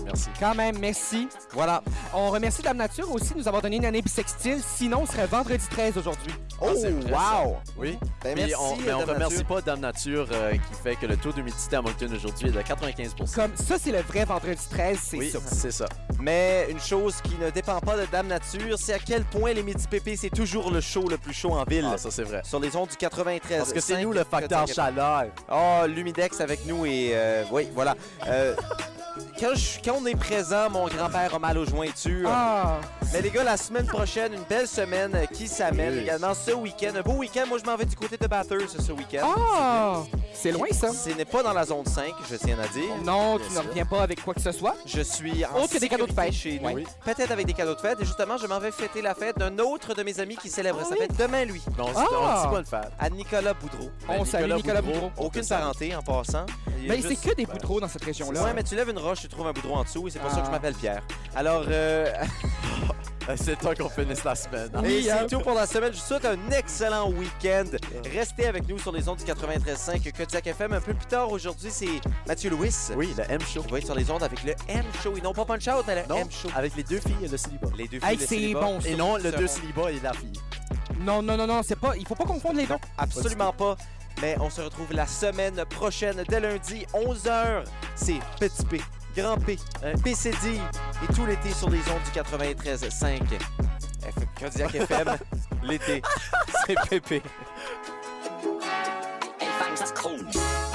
D: Merci.
C: Quand même, merci. Voilà. On remercie Dame Nature aussi de nous avoir donné une année bissextile. Sinon, on serait vendredi 13 aujourd'hui.
A: Oh,
D: c'est vrai, ça.
A: wow!
D: Oui.
A: Ben,
D: mais
A: merci,
D: on, mais euh, on
A: Dame
D: remercie
A: Nature.
D: pas Dame Nature euh, qui fait que le taux d'humidité à Moncton aujourd'hui est de 95
C: Comme ça, c'est le vrai vendredi 13, c'est
D: Oui,
C: ça.
D: c'est ça.
A: Mais une chose qui ne dépend pas de Dame Nature, c'est à quel point les Midi Pépé, c'est toujours le show le plus chaud en ville.
D: Ah, ça, c'est vrai.
A: Sur les ondes du 93.
D: Parce que c'est
A: Cinq,
D: nous le facteur
A: 95.
D: chaleur.
A: Ah, l'humidex avec nous et... euh, oui, voilà. Euh, quand, je- quand on est présent, mon grand-père a mal aux jointures.
C: Ah.
A: Mais les gars, la semaine prochaine, une belle semaine qui s'amène
C: Oui.
A: également ce week-end. Un beau week-end. Moi, je m'en vais du côté de Bathurst ce week-end.
C: Ah! C'est loin, ça.
A: Ce n'est pas dans la zone 5, je tiens à dire.
C: Non,
A: Bien
C: tu ne
A: sûr.
C: reviens pas avec quoi que ce soit.
A: Je suis en
C: Autre que des cadeaux de
A: sécurité
C: fête.
A: chez nous.
C: Oui.
A: Peut-être avec des cadeaux de fête. Et justement, je m'en vais fêter la fête d'un autre de mes amis qui célèbre sa fête demain, lui.
D: Non,
C: Ah! on dit pas le
D: faire.
A: À Nicolas Boudreau.
C: On Ben, salue Nicolas Nicolas Boudreau. Boudreau.
A: Aucune parenté en passant. Il
C: Mais
A: est
C: Ben, c'est
A: juste-
C: que des boutreaux dans cette région-là.
A: Ouais, mais tu lèves une roche, tu trouves un Boudreau en dessous et c'est pour ça que je
C: Ah.
A: m'appelle Pierre. Alors, euh,
D: C'est temps
A: *laughs*
D: qu'on finisse la semaine. hein.
A: Et c'est tout pour la semaine. Je vous souhaite un excellent week-end. Restez avec nous sur les ondes du 93.5 Kodiak FM. Un peu plus tard aujourd'hui, c'est Mathieu Louis.
D: Oui, le M Show.
A: Qui va être sur les ondes avec le M Show. Et non pas Punch Out, mais le
D: Non,
A: M Show.
D: avec les deux filles et le célibat.
A: Les deux filles.
C: Hey,
A: le
C: c'est
A: célibat.
C: bon,
D: Et
C: ça.
D: non, le
C: Ça,
D: deux
C: on-
D: célibat et la fille.
C: Non, non, non, non, c'est pas. Il faut pas confondre les deux.
A: Absolument pas. Mais on se retrouve la semaine prochaine, dès lundi, 11h. C'est Petit P, Grand P, PCD et tout l'été sur les ondes du 93.5 F- Kodiak
D: *laughs*
A: FM. L'été, c'est Pépé.
L: Elle fange sa croûte.